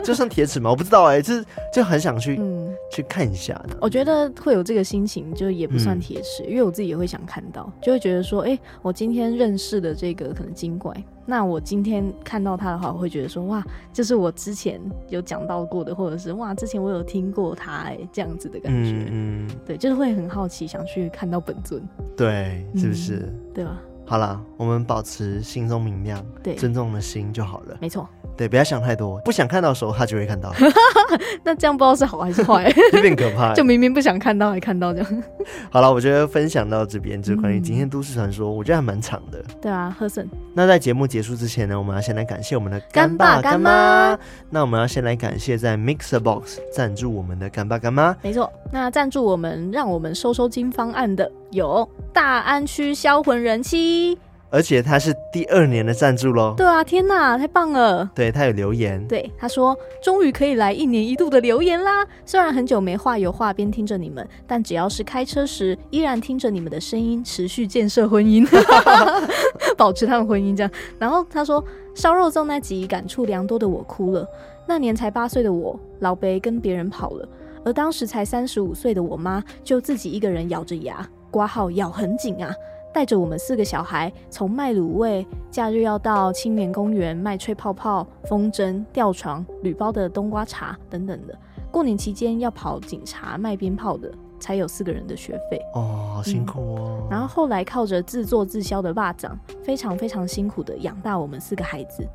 [SPEAKER 1] *laughs* 就像铁齿嘛，我不知道哎、就是就很想去、
[SPEAKER 2] 嗯，哦
[SPEAKER 1] 去看一下的。
[SPEAKER 2] 我觉得会有这个心情，就也不算
[SPEAKER 1] 嗯
[SPEAKER 2] 铁石，因为我自己也会想看到，就会觉得说，哎、我今天认识的这个可能精怪，那我今天看到他的话，我会觉得说，哇，这是我之前有讲到过的，或者是哇，之前我有听过他、哎，这样子的感觉，
[SPEAKER 1] 嗯嗯，
[SPEAKER 2] 对，就是会很好奇，想去看到本尊，
[SPEAKER 1] 对，是不是？
[SPEAKER 2] 对吧？
[SPEAKER 1] 好啦，我们保持心中明亮，
[SPEAKER 2] 对，
[SPEAKER 1] 尊重的心就好了。
[SPEAKER 2] 没错。
[SPEAKER 1] 对，不要想太多，不想看到的时候，他就会看到，
[SPEAKER 2] 那这样不知道是好还是坏、 *laughs*
[SPEAKER 1] 有点可怕。
[SPEAKER 2] 就明明不想看到，还看到这样。
[SPEAKER 1] 好了，我觉得分享到这边，就是关于
[SPEAKER 2] 嗯
[SPEAKER 1] 今天都市传说，我觉得还蛮长的。
[SPEAKER 2] 对啊，赫森，
[SPEAKER 1] 那在节目结束之前呢，我们要先来感谢我们的
[SPEAKER 2] 干爸
[SPEAKER 1] 干
[SPEAKER 2] 干妈。
[SPEAKER 1] 那我们要先来感谢在 Mixer Box 赞助我们的干爸干妈，
[SPEAKER 2] 没错，那赞助我们让我们收收金方案的有大安区销魂人妻、
[SPEAKER 1] 而且他是第二年的赞助喽。
[SPEAKER 2] 对啊，天哪，太棒了！
[SPEAKER 1] 对他有留言，
[SPEAKER 2] 对，他说终于可以来一年一度的留言啦。虽然很久没画油画边听着你们，但只要是开车时，依然听着你们的声音，持续建设婚 *laughs* 姻，保持他们婚姻这样。然后他说烧肉粽那集感触良多的我哭了。那年才八岁的我，老北跟别人跑了，而当时才三十五岁的我妈就自己一个人咬着牙，挂号咬很紧啊。带着我们四个小孩，从卖卤味、假日要到青年公园卖吹泡泡、风筝、吊床、铝包的冬瓜茶等等的。过年期间要跑警察卖鞭炮的，才有四个人的学费。
[SPEAKER 1] 哦，好辛苦哦。
[SPEAKER 2] 嗯然后后来靠着自作自销的霸掌，非常非常辛苦的养大我们四个孩子。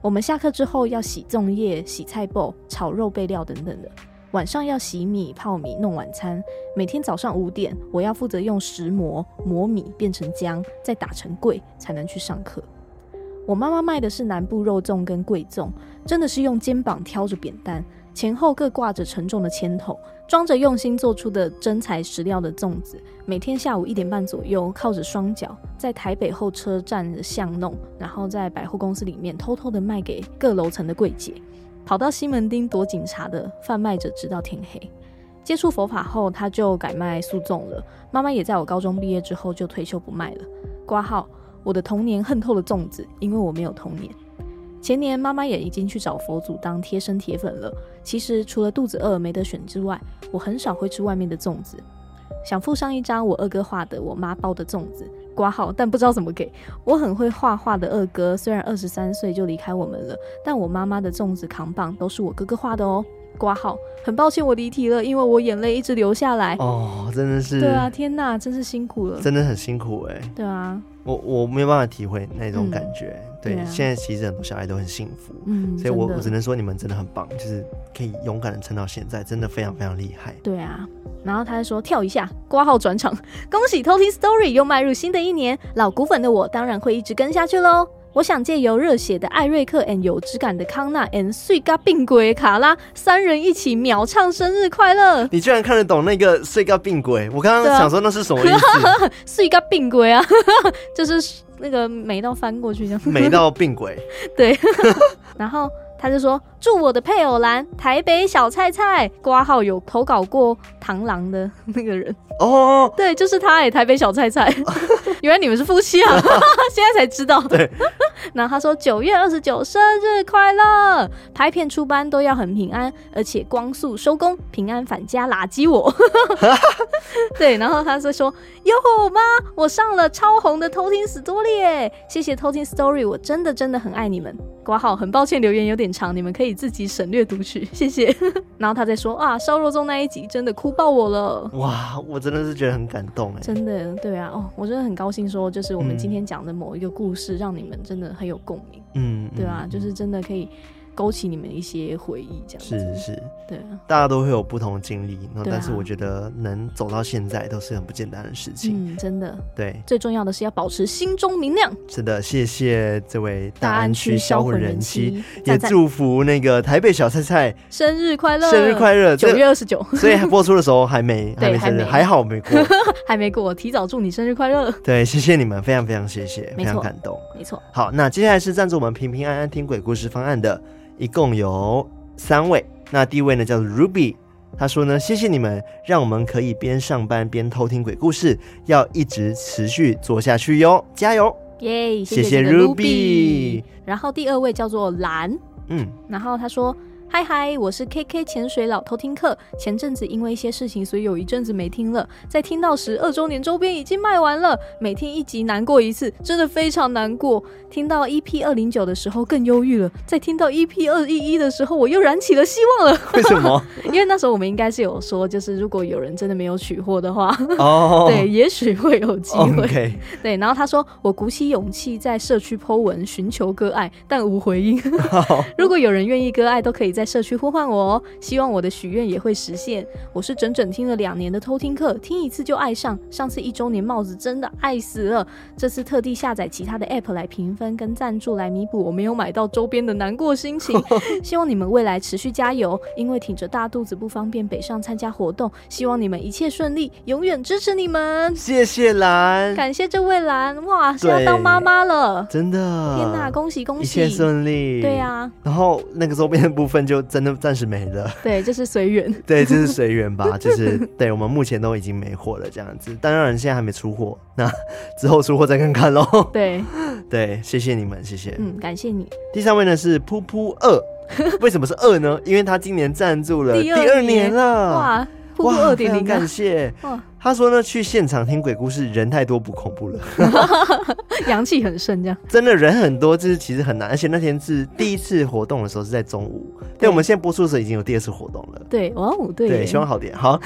[SPEAKER 2] 我们下课之后要洗粽叶、洗菜包、炒肉备料等等的。晚上要洗米、泡米、弄晚餐。每天早上五点，我要负责用石磨磨米变成浆，再打成桂，才能去上课。我妈妈卖的是南部肉粽跟桂粽，真的是用肩膀挑着扁担，前后各挂着沉重的铅头，装着用心做出的真材实料的粽子。每天下午一点半左右，靠着双脚在台北候车站的巷弄，然后在百货公司里面偷偷的卖给各楼层的柜姐。跑到西门町躲警察的贩卖者，直到天黑。接触佛法后，他就改卖素粽了。妈妈也在我高中毕业之后就退休不卖了。挂号，我的童年恨透了粽子，因为我没有童年。前年妈妈也已经去找佛祖当贴身铁粉了。其实除了肚子饿没得选之外，我很少会吃外面的粽子。想附上一张我二哥画的我妈包的粽子，挂号，但不知道怎么给。我很会画画的二哥，虽然二十三岁就离开我们了，但我妈妈的粽子扛棒都是我哥哥画的哦。挂号，很抱歉我离题了，因为我眼泪一直流下来。
[SPEAKER 1] 哦，真的是，
[SPEAKER 2] 对啊，天哪，真是辛苦了。
[SPEAKER 1] 真的很辛苦哎、
[SPEAKER 2] 对啊，
[SPEAKER 1] 我我没有办法体会那种
[SPEAKER 2] 嗯
[SPEAKER 1] 感觉。对，
[SPEAKER 2] 对啊
[SPEAKER 1] 现在其实很多小孩都很幸福，
[SPEAKER 2] 嗯，
[SPEAKER 1] 所以我
[SPEAKER 2] 真的
[SPEAKER 1] 我只能说你们真的很棒，就是可以勇敢的撑到现在，真的非常非常厉害。
[SPEAKER 2] 对啊，然后他就说跳一下，挂号转场，恭喜偷听 Story 又迈入新的一年，老骨粉的我当然会一直跟下去喽。我想借由热血的艾瑞克 and 有质感的康纳 and 碎嘎病鬼卡拉三人一起秒唱生日快乐，
[SPEAKER 1] 你居然看得懂那个睡觉病鬼？我刚
[SPEAKER 2] 对
[SPEAKER 1] 刚
[SPEAKER 2] 啊
[SPEAKER 1] 想说那是什么意思？
[SPEAKER 2] 碎嘎病鬼啊， *laughs* 就是那个美到翻过去 *laughs* 这样。
[SPEAKER 1] 美到病鬼，
[SPEAKER 2] 然后他就说：“祝我的配偶栏台北小菜菜挂号有投稿过螳螂的那个人，
[SPEAKER 1] 哦，
[SPEAKER 2] 对，就是他哎、台北小菜菜，原来你们是夫妻啊， *laughs* 现在才知道。
[SPEAKER 1] 对，
[SPEAKER 2] *laughs* 然后他说九月二十九生日快乐，拍片出班都要很平安，而且光速收工，平安返家垃圾我。 *laughs* 对，然后他就说哟妈，我上了超红的偷听 story 耶，谢谢偷听 story，我真的真的很爱你们。挂号，很抱歉留言有点长，你们可以自己省略读取，谢谢。 *laughs* 然后他再说啊，烧肉粽那一集真的哭爆我了。
[SPEAKER 1] 哇，我真的是觉得很感动哎。
[SPEAKER 2] 真的，对啊，哦，我真的很高兴说，就是我们
[SPEAKER 1] 嗯
[SPEAKER 2] 今天讲的某一个故事，让你们真的很有共鸣，
[SPEAKER 1] 嗯，嗯
[SPEAKER 2] 对啊，就是真的可以勾起你们一些回忆，这样子，
[SPEAKER 1] 是是，
[SPEAKER 2] 对啊，
[SPEAKER 1] 大家都会有不同的经历，那
[SPEAKER 2] 对啊
[SPEAKER 1] 但是我觉得能走到现在都是很不简单的事情。
[SPEAKER 2] 嗯，真的，
[SPEAKER 1] 对，
[SPEAKER 2] 最重要的是要保持心中明亮。
[SPEAKER 1] 是的，谢谢这位大安区销
[SPEAKER 2] 销
[SPEAKER 1] 魂
[SPEAKER 2] 魂
[SPEAKER 1] 人妻，
[SPEAKER 2] 妻，
[SPEAKER 1] 也
[SPEAKER 2] 赞赞
[SPEAKER 1] 祝福那个台北小菜菜
[SPEAKER 2] 生日快乐，
[SPEAKER 1] 生日快乐。
[SPEAKER 2] 九
[SPEAKER 1] 这
[SPEAKER 2] 月二十九
[SPEAKER 1] 所以播出的时候还没
[SPEAKER 2] *laughs* 对
[SPEAKER 1] 没生日，
[SPEAKER 2] 还没
[SPEAKER 1] 还好没过。
[SPEAKER 2] *laughs* 还没过，提早祝你生日快乐，
[SPEAKER 1] 对，谢谢你们，非常非常谢谢，非
[SPEAKER 2] 没错
[SPEAKER 1] 常感动。
[SPEAKER 2] 没错，
[SPEAKER 1] 好，那接下来是赞助我们平平安安听鬼故事方案的，一共有三位。那第一位呢叫做 Ruby，他说呢，谢谢你们，让我们可以边上班边偷听鬼故事，要一直持续做下去哟，加油！
[SPEAKER 2] 耶，
[SPEAKER 1] 谢
[SPEAKER 2] 谢
[SPEAKER 1] 谢
[SPEAKER 2] 这个
[SPEAKER 1] Ruby。
[SPEAKER 2] 然后第二位叫做蓝，
[SPEAKER 1] 嗯，
[SPEAKER 2] 然后他说：“嗨嗨，我是 KK 潜水老偷听课。前阵子因为一些事情，所以有一阵子没听了。在听到时，二周年周边已经卖完了。每听一集难过一次，真的非常难过。听到 EP 二零九的时候更忧郁了，在听到 EP 二一一的时候，我又燃起了希望了。
[SPEAKER 1] 为什
[SPEAKER 2] *laughs*
[SPEAKER 1] 么？ *laughs*
[SPEAKER 2] 因为那时候我们应该是有说，就是如果有人真的没有取货的话，
[SPEAKER 1] 哦，
[SPEAKER 2] *laughs* 对，也许会有机会。
[SPEAKER 1] ，OK，
[SPEAKER 2] *laughs* 对，然后他说：“我鼓起勇气在社区 Po 文寻求割爱，但无回应。
[SPEAKER 1] 好，
[SPEAKER 2] 如果有人愿意割爱，都可以在社区呼唤我哦，希望我的许愿也会实现。我是整整听了两年的偷听课，听一次就爱上。上次一周年帽子真的爱死了，这次特地下载其他的 app 来评分跟赞助来弥补我没有买到周边的难过心情。希望你们未来持续加油，因为挺着大肚子不方便北上参加活动，希望你们一切顺利，永远支持你们。
[SPEAKER 1] 谢谢兰，
[SPEAKER 2] 感谢这位兰，哇，是要
[SPEAKER 1] 对
[SPEAKER 2] 当妈妈了，
[SPEAKER 1] 真的，
[SPEAKER 2] 天哪，恭喜恭
[SPEAKER 1] 啊一切
[SPEAKER 2] 喜！
[SPEAKER 1] 顺利，
[SPEAKER 2] 对。啊，
[SPEAKER 1] 然后那个周边的部分就真的暂时没了，
[SPEAKER 2] 对，这是随缘。
[SPEAKER 1] 对，这是随缘吧，就是对我们目前都已经没货了这样子，当然现在还没出货，那 *laughs* 之后出货再看看喽。
[SPEAKER 2] 对，
[SPEAKER 1] 对，谢谢你们，谢谢。
[SPEAKER 2] 嗯，感谢你。
[SPEAKER 1] 第三位呢是噗噗二，为什么是二呢？因为他今年赞助了
[SPEAKER 2] 第
[SPEAKER 1] 第
[SPEAKER 2] 二
[SPEAKER 1] 二
[SPEAKER 2] 年
[SPEAKER 1] 年了，
[SPEAKER 2] 哇，瀑布
[SPEAKER 1] 啊哇非
[SPEAKER 2] 二点
[SPEAKER 1] 常
[SPEAKER 2] 零
[SPEAKER 1] 感
[SPEAKER 2] 啊，
[SPEAKER 1] 谢。
[SPEAKER 2] 哇，
[SPEAKER 1] 他说呢，去现场听鬼故事人太多不恐怖了，
[SPEAKER 2] 阳气很盛，这样
[SPEAKER 1] 真的人很多，就是其实很难。而且那天是第一次活动的时候是在中午，对，我们现在播出的时候已经有第二次活动了。
[SPEAKER 2] 对，哇哦，对耶，
[SPEAKER 1] 对，希望好点。好，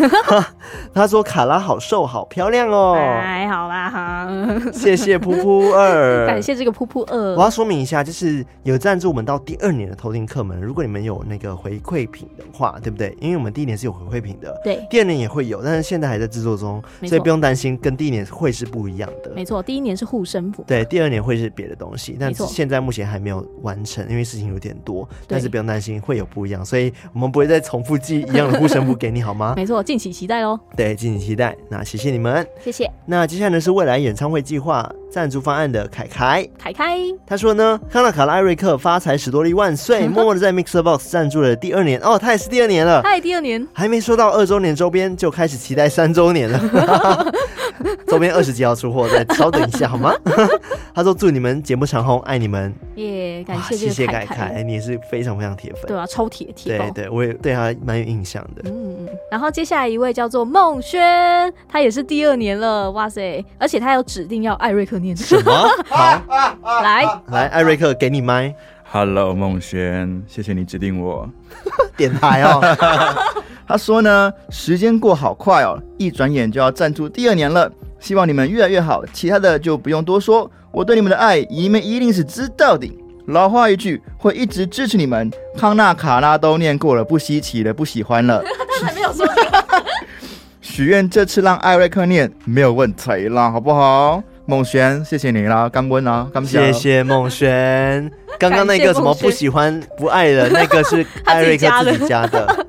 [SPEAKER 2] *laughs*
[SPEAKER 1] 他说卡拉好瘦，好漂亮哦，嗯
[SPEAKER 2] 还哎好啦哈，
[SPEAKER 1] 谢谢噗噗二，
[SPEAKER 2] *laughs* 感谢这个瀑布
[SPEAKER 1] 我
[SPEAKER 2] 二，
[SPEAKER 1] 要说明一下，就是有赞助我们到第二年的偷听客们，如果你们有那个回馈品的话，对不对？因为我们第一年是有回馈品的，
[SPEAKER 2] 对，
[SPEAKER 1] 第二年也会有，但是现在还在制作中，
[SPEAKER 2] 没
[SPEAKER 1] 所以
[SPEAKER 2] 错
[SPEAKER 1] 不用担心，跟第一年会是不一样的。
[SPEAKER 2] 没错，第一年是护身符，
[SPEAKER 1] 对，第二年会是别的东西，但
[SPEAKER 2] 没错
[SPEAKER 1] 现在目前还没有完成，因为事情有点多，但是
[SPEAKER 2] 对
[SPEAKER 1] 不用担心会有不一样，所以我们不会再重复寄一样的护身符给你，好吗？
[SPEAKER 2] 没错，敬请期待哦喽，
[SPEAKER 1] 对，敬请期待。那谢谢你们。
[SPEAKER 2] 谢谢
[SPEAKER 1] 那接下来呢是未来演唱会计划赞助方案的凯凯，
[SPEAKER 2] 凯凯，
[SPEAKER 1] 他说呢，康纳卡拉艾瑞克发财史多利万岁，默默的在 Mixer Box 赞助了第二年哦，他 *laughs* 也是第二年了，
[SPEAKER 2] 嗨，第二年，
[SPEAKER 1] 还没收到二周年周边就开始期待三周年了， *laughs* 周边二十几号出货，再稍等一下好吗？ *laughs* 他说祝你们节目长红，爱你们，
[SPEAKER 2] 耶，感
[SPEAKER 1] 哇
[SPEAKER 2] 谢
[SPEAKER 1] 谢
[SPEAKER 2] 这
[SPEAKER 1] 谢
[SPEAKER 2] 个
[SPEAKER 1] 凯
[SPEAKER 2] 凯凯，
[SPEAKER 1] 凯，你也是非常非常铁粉
[SPEAKER 2] 对，啊，超铁铁
[SPEAKER 1] 对
[SPEAKER 2] 哦。
[SPEAKER 1] 对，我也对他蛮有印象的，
[SPEAKER 2] 嗯，然后接下来一位叫做孟轩，他也是第二年了，哇塞！而且他有指定要艾瑞克念
[SPEAKER 1] 什么？好，
[SPEAKER 2] *laughs* 来，
[SPEAKER 1] 来艾瑞克给你麦，
[SPEAKER 3] Hello，孟轩，谢谢你指定我。
[SPEAKER 1] 点台哦，
[SPEAKER 3] 他说呢，时间过好快哦，一转眼就要赞助第二年了。希望你们越来越好，其他的就不用多说。我对你们的爱，你们一定是知道的。老话一句，会一直支持你们。康纳、卡拉都念过了，不稀奇了，不喜
[SPEAKER 1] *laughs*
[SPEAKER 3] 欢了。
[SPEAKER 2] 他还没有说哎
[SPEAKER 3] 许愿这次让艾瑞克念没有问题啦，好不好？孟轩，谢谢你啦，啊干温啦，干
[SPEAKER 1] 谢。谢孟
[SPEAKER 2] *laughs*
[SPEAKER 1] 轩。刚刚那个什么
[SPEAKER 2] 感谢孟轩
[SPEAKER 1] 不喜欢不爱的那个
[SPEAKER 2] *laughs*
[SPEAKER 1] 是艾瑞克自己加的。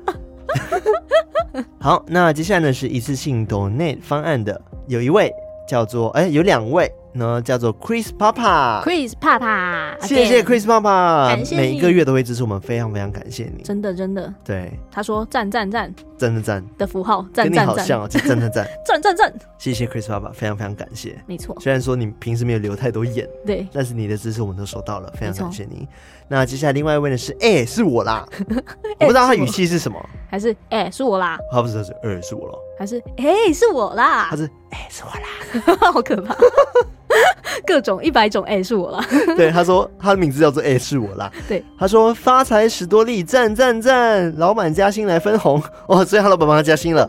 [SPEAKER 1] 好，那接下来呢是一次性 donate 方案的，有一位叫做哎、有两位呢叫做 Chris Papa，
[SPEAKER 2] Chris 怕啊他，
[SPEAKER 1] 谢谢
[SPEAKER 2] again
[SPEAKER 1] Chris Papa，
[SPEAKER 2] 感谢你
[SPEAKER 1] 每一个月都会支持我们，非常非常感谢你。
[SPEAKER 2] 真的真的，
[SPEAKER 1] 对，
[SPEAKER 2] 他说赞赞赞
[SPEAKER 1] 真的赞，
[SPEAKER 2] 的符号，赞
[SPEAKER 1] 跟你
[SPEAKER 2] 赞
[SPEAKER 1] 好
[SPEAKER 2] 赞
[SPEAKER 1] 像哦，就真的赞，
[SPEAKER 2] 赞赞赞，
[SPEAKER 1] 谢谢 Chris Papa，非常非常感谢。
[SPEAKER 2] 没错，
[SPEAKER 1] 虽然说你平时没有留太多眼，
[SPEAKER 2] 对，
[SPEAKER 1] 但是你的支持我们都收到了，非常
[SPEAKER 2] 没错
[SPEAKER 1] 感谢你。那接下来另外一位呢是，哎、是我
[SPEAKER 2] *laughs*
[SPEAKER 1] 啦，我不知道他语气是什么，
[SPEAKER 2] 还是哎、是我啦，
[SPEAKER 1] 他不是他是，哎、是我了，
[SPEAKER 2] 还是哎、是我啦
[SPEAKER 1] 他，是，哎、是我啦。
[SPEAKER 2] *laughs* 好可怕， *laughs* 各种一百种哎、是我啦，
[SPEAKER 1] *laughs*
[SPEAKER 2] *laughs*
[SPEAKER 1] 对，他说他的名字叫做，哎、是我啦。
[SPEAKER 2] 对，
[SPEAKER 1] 他说发财史多利，赞赞赞，老板加薪来分红 *laughs* 哦，所以他老板帮他加薪
[SPEAKER 2] *laughs*
[SPEAKER 1] 了。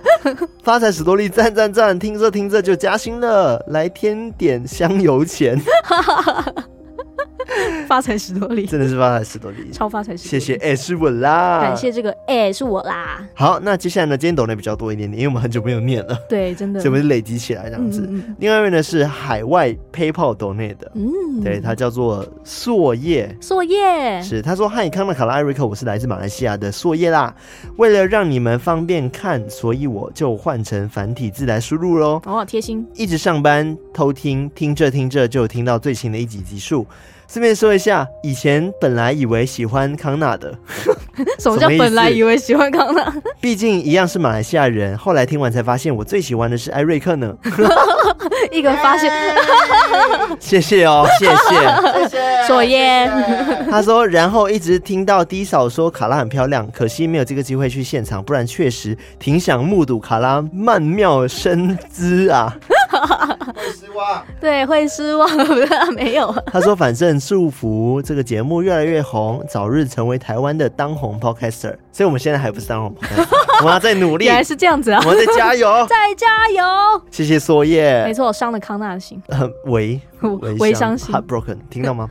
[SPEAKER 1] 发财史多利，赞赞赞，听着听着就加薪了，来添点香油钱， *laughs*
[SPEAKER 2] 发财史多利，
[SPEAKER 1] 真的是发财史多
[SPEAKER 2] *laughs*
[SPEAKER 1] 利。
[SPEAKER 2] 超发财史，
[SPEAKER 1] 谢谢，，哎、是我啦。
[SPEAKER 2] 感。谢这个哎、是我啦，
[SPEAKER 1] 好，那接下来呢，今天抖的比较多一点点，因为我们很久没有念了。
[SPEAKER 2] 对，真的，
[SPEAKER 1] 所以我们就累积起来这样子。
[SPEAKER 2] 嗯嗯
[SPEAKER 1] 另外一位呢是海外 PayPal donate 的，
[SPEAKER 2] 嗯，哎
[SPEAKER 1] 对，他叫做硕叶。
[SPEAKER 2] 作业
[SPEAKER 1] 是，他说：“嗨，康纳、卡拉、艾瑞克，我是来自马来西亚的硕叶啦。为了让你们方便看，所以我就换成繁体字来输入喽。
[SPEAKER 2] 哦，
[SPEAKER 1] *laughs*
[SPEAKER 2] 贴心，
[SPEAKER 1] 一直上班偷听，听着听着就听到最新的一集集数。顺便说一下，以前本来以为喜欢康纳
[SPEAKER 2] *laughs*
[SPEAKER 1] 的，
[SPEAKER 2] 什么
[SPEAKER 1] 什
[SPEAKER 2] 叫
[SPEAKER 1] 么意思
[SPEAKER 2] 本来以为喜欢康纳，
[SPEAKER 1] 毕竟一样是马来西亚人。后来听完才发现，我最喜欢的是艾瑞克呢。 *laughs*
[SPEAKER 2] 一个发现
[SPEAKER 1] 谢谢哦，谢谢。”
[SPEAKER 2] *laughs* 作业，
[SPEAKER 1] 他说，然后一直听到低嫂说卡拉很漂亮，可惜没有这个机会去现场，不然确实挺想目睹卡拉曼妙身姿啊。
[SPEAKER 2] *laughs* *laughs* 对，会失望，没有，
[SPEAKER 1] 他说，反正祝福这个节目越来越红，早日成为台湾的当红 podcaster。所以我们现在还不是当红 podcaster，我们要再努
[SPEAKER 2] *laughs*
[SPEAKER 1] 力
[SPEAKER 2] 原，来是这样子啊
[SPEAKER 1] 我，哎们再加
[SPEAKER 2] *laughs*
[SPEAKER 1] 油。
[SPEAKER 2] 再加油，
[SPEAKER 1] 谢谢硕
[SPEAKER 2] 没
[SPEAKER 1] 叶，
[SPEAKER 2] 错，伤了康纳的心。
[SPEAKER 1] 呃，维
[SPEAKER 2] *laughs* 微伤心 *laughs*
[SPEAKER 1] ，heartbroken，听到吗？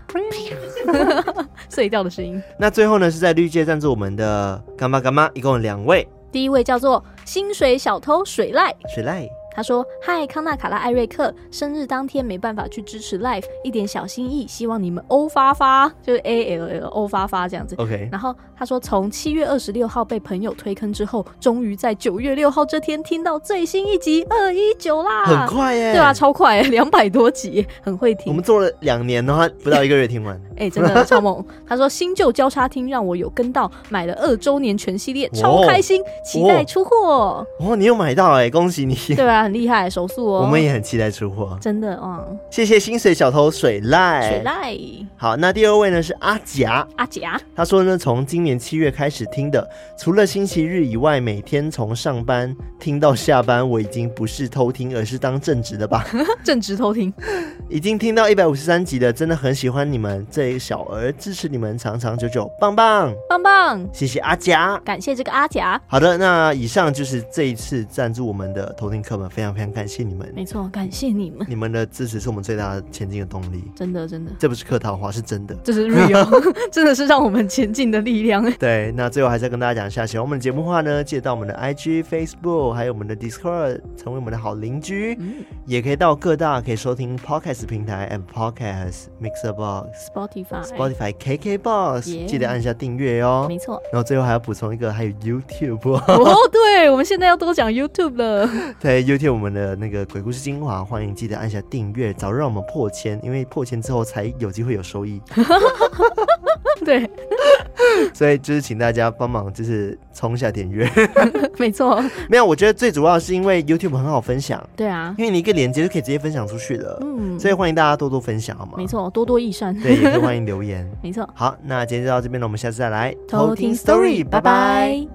[SPEAKER 2] 碎掉的声音。
[SPEAKER 1] 那最后呢，是在绿界赞助我们的干妈干妈，一共有两位
[SPEAKER 2] 第一位叫做薪水小偷水赖，
[SPEAKER 1] 水
[SPEAKER 2] *laughs*
[SPEAKER 1] 濑。
[SPEAKER 2] 他说：“嗨，康纳、卡拉、艾瑞克，生日当天没办法去支持 Life，一点小心意，希望你们欧发发，就是 A L L 欧发发这样子。”
[SPEAKER 1] OK，
[SPEAKER 2] 然后他说，从七月二十六号被朋友推坑之后，终于在九月六号这天听到最新一集二一九
[SPEAKER 1] 很
[SPEAKER 2] 啦，
[SPEAKER 1] 快耶、
[SPEAKER 2] 对啊，超快、两百多集，很会听。
[SPEAKER 1] 我们做了两年的话，不到一个月听
[SPEAKER 2] *laughs*
[SPEAKER 1] 完，
[SPEAKER 2] 哎、真的超猛！他说新旧交叉听让我有跟到，买了二周年全系列，超
[SPEAKER 1] 哇哦
[SPEAKER 2] 开心，期待出货。
[SPEAKER 1] 哇、你有买到哎、恭喜你！
[SPEAKER 2] 对啊，很厉害，手速哦。
[SPEAKER 1] 我们也很期待出货，
[SPEAKER 2] 真的哇，
[SPEAKER 1] 谢谢薪水小偷水濑。
[SPEAKER 2] 水赖
[SPEAKER 1] 好，那第二位呢是阿甲，
[SPEAKER 2] 阿甲，
[SPEAKER 1] 他说呢，从今年七月开始听的，除了星期日以外，每天从上班听到下班，我已经不是偷听，而是当正职的
[SPEAKER 2] *laughs*
[SPEAKER 1] 吧。
[SPEAKER 2] 正直偷听，
[SPEAKER 1] 已经听到一百五十三集了，真的很喜欢你们这一小儿，支持你们长长久久，棒棒！
[SPEAKER 2] 棒棒！
[SPEAKER 1] 谢谢阿甲。
[SPEAKER 2] 感谢这个阿甲，
[SPEAKER 1] 好的，那以上就是这一次赞助我们的偷听客们，非常非常感谢你们，
[SPEAKER 2] 没错，感谢你们，
[SPEAKER 1] 你们的支持是我们最大的前进的动力。
[SPEAKER 2] 真的真的。
[SPEAKER 1] 这不是客套话，是真的。
[SPEAKER 2] 这是 real，真的 *laughs* 是让我们前进的力量。
[SPEAKER 1] 对，那最后还是要跟大家讲一下，喜欢我们的节目的话呢，记得到我们的 IG、Facebook，还有我们的 Discord，成为我们的好邻居。
[SPEAKER 2] 嗯
[SPEAKER 1] 也可以到各大可以收听 Podcast 平台 and Podcast、Mixer Box、
[SPEAKER 2] Spotify，,
[SPEAKER 1] Spotify、KK Box，、
[SPEAKER 2] Yeah
[SPEAKER 1] 记得按下订阅哦。
[SPEAKER 2] 没错。
[SPEAKER 1] 然后最后还要补充一个，还有 YouTube，哦
[SPEAKER 2] *laughs* 哦，对，我们现在要多讲 YouTube 了。 *laughs*
[SPEAKER 1] 对 YouTube 我们的那个鬼故事精华，欢迎记得按下订阅，早日让我们破千，因为破千之后才有机会有收益。
[SPEAKER 2] 对，
[SPEAKER 1] 所以就是请大家帮忙，就是冲一下点阅。 *laughs*
[SPEAKER 2] 没错，
[SPEAKER 1] 没有，我觉得最主要是因为 YouTube 很好分享，
[SPEAKER 2] 对啊，
[SPEAKER 1] 因为你一个链接就可以直接分享出去了，
[SPEAKER 2] 嗯，
[SPEAKER 1] 所以欢迎大家多多分享，好吗？
[SPEAKER 2] 没，错，多多益善。
[SPEAKER 1] 对，也可以欢迎留言。
[SPEAKER 2] *laughs* 没错，
[SPEAKER 1] 好，那今天就到这边了，我们下次再来
[SPEAKER 2] 偷听 Story，拜拜。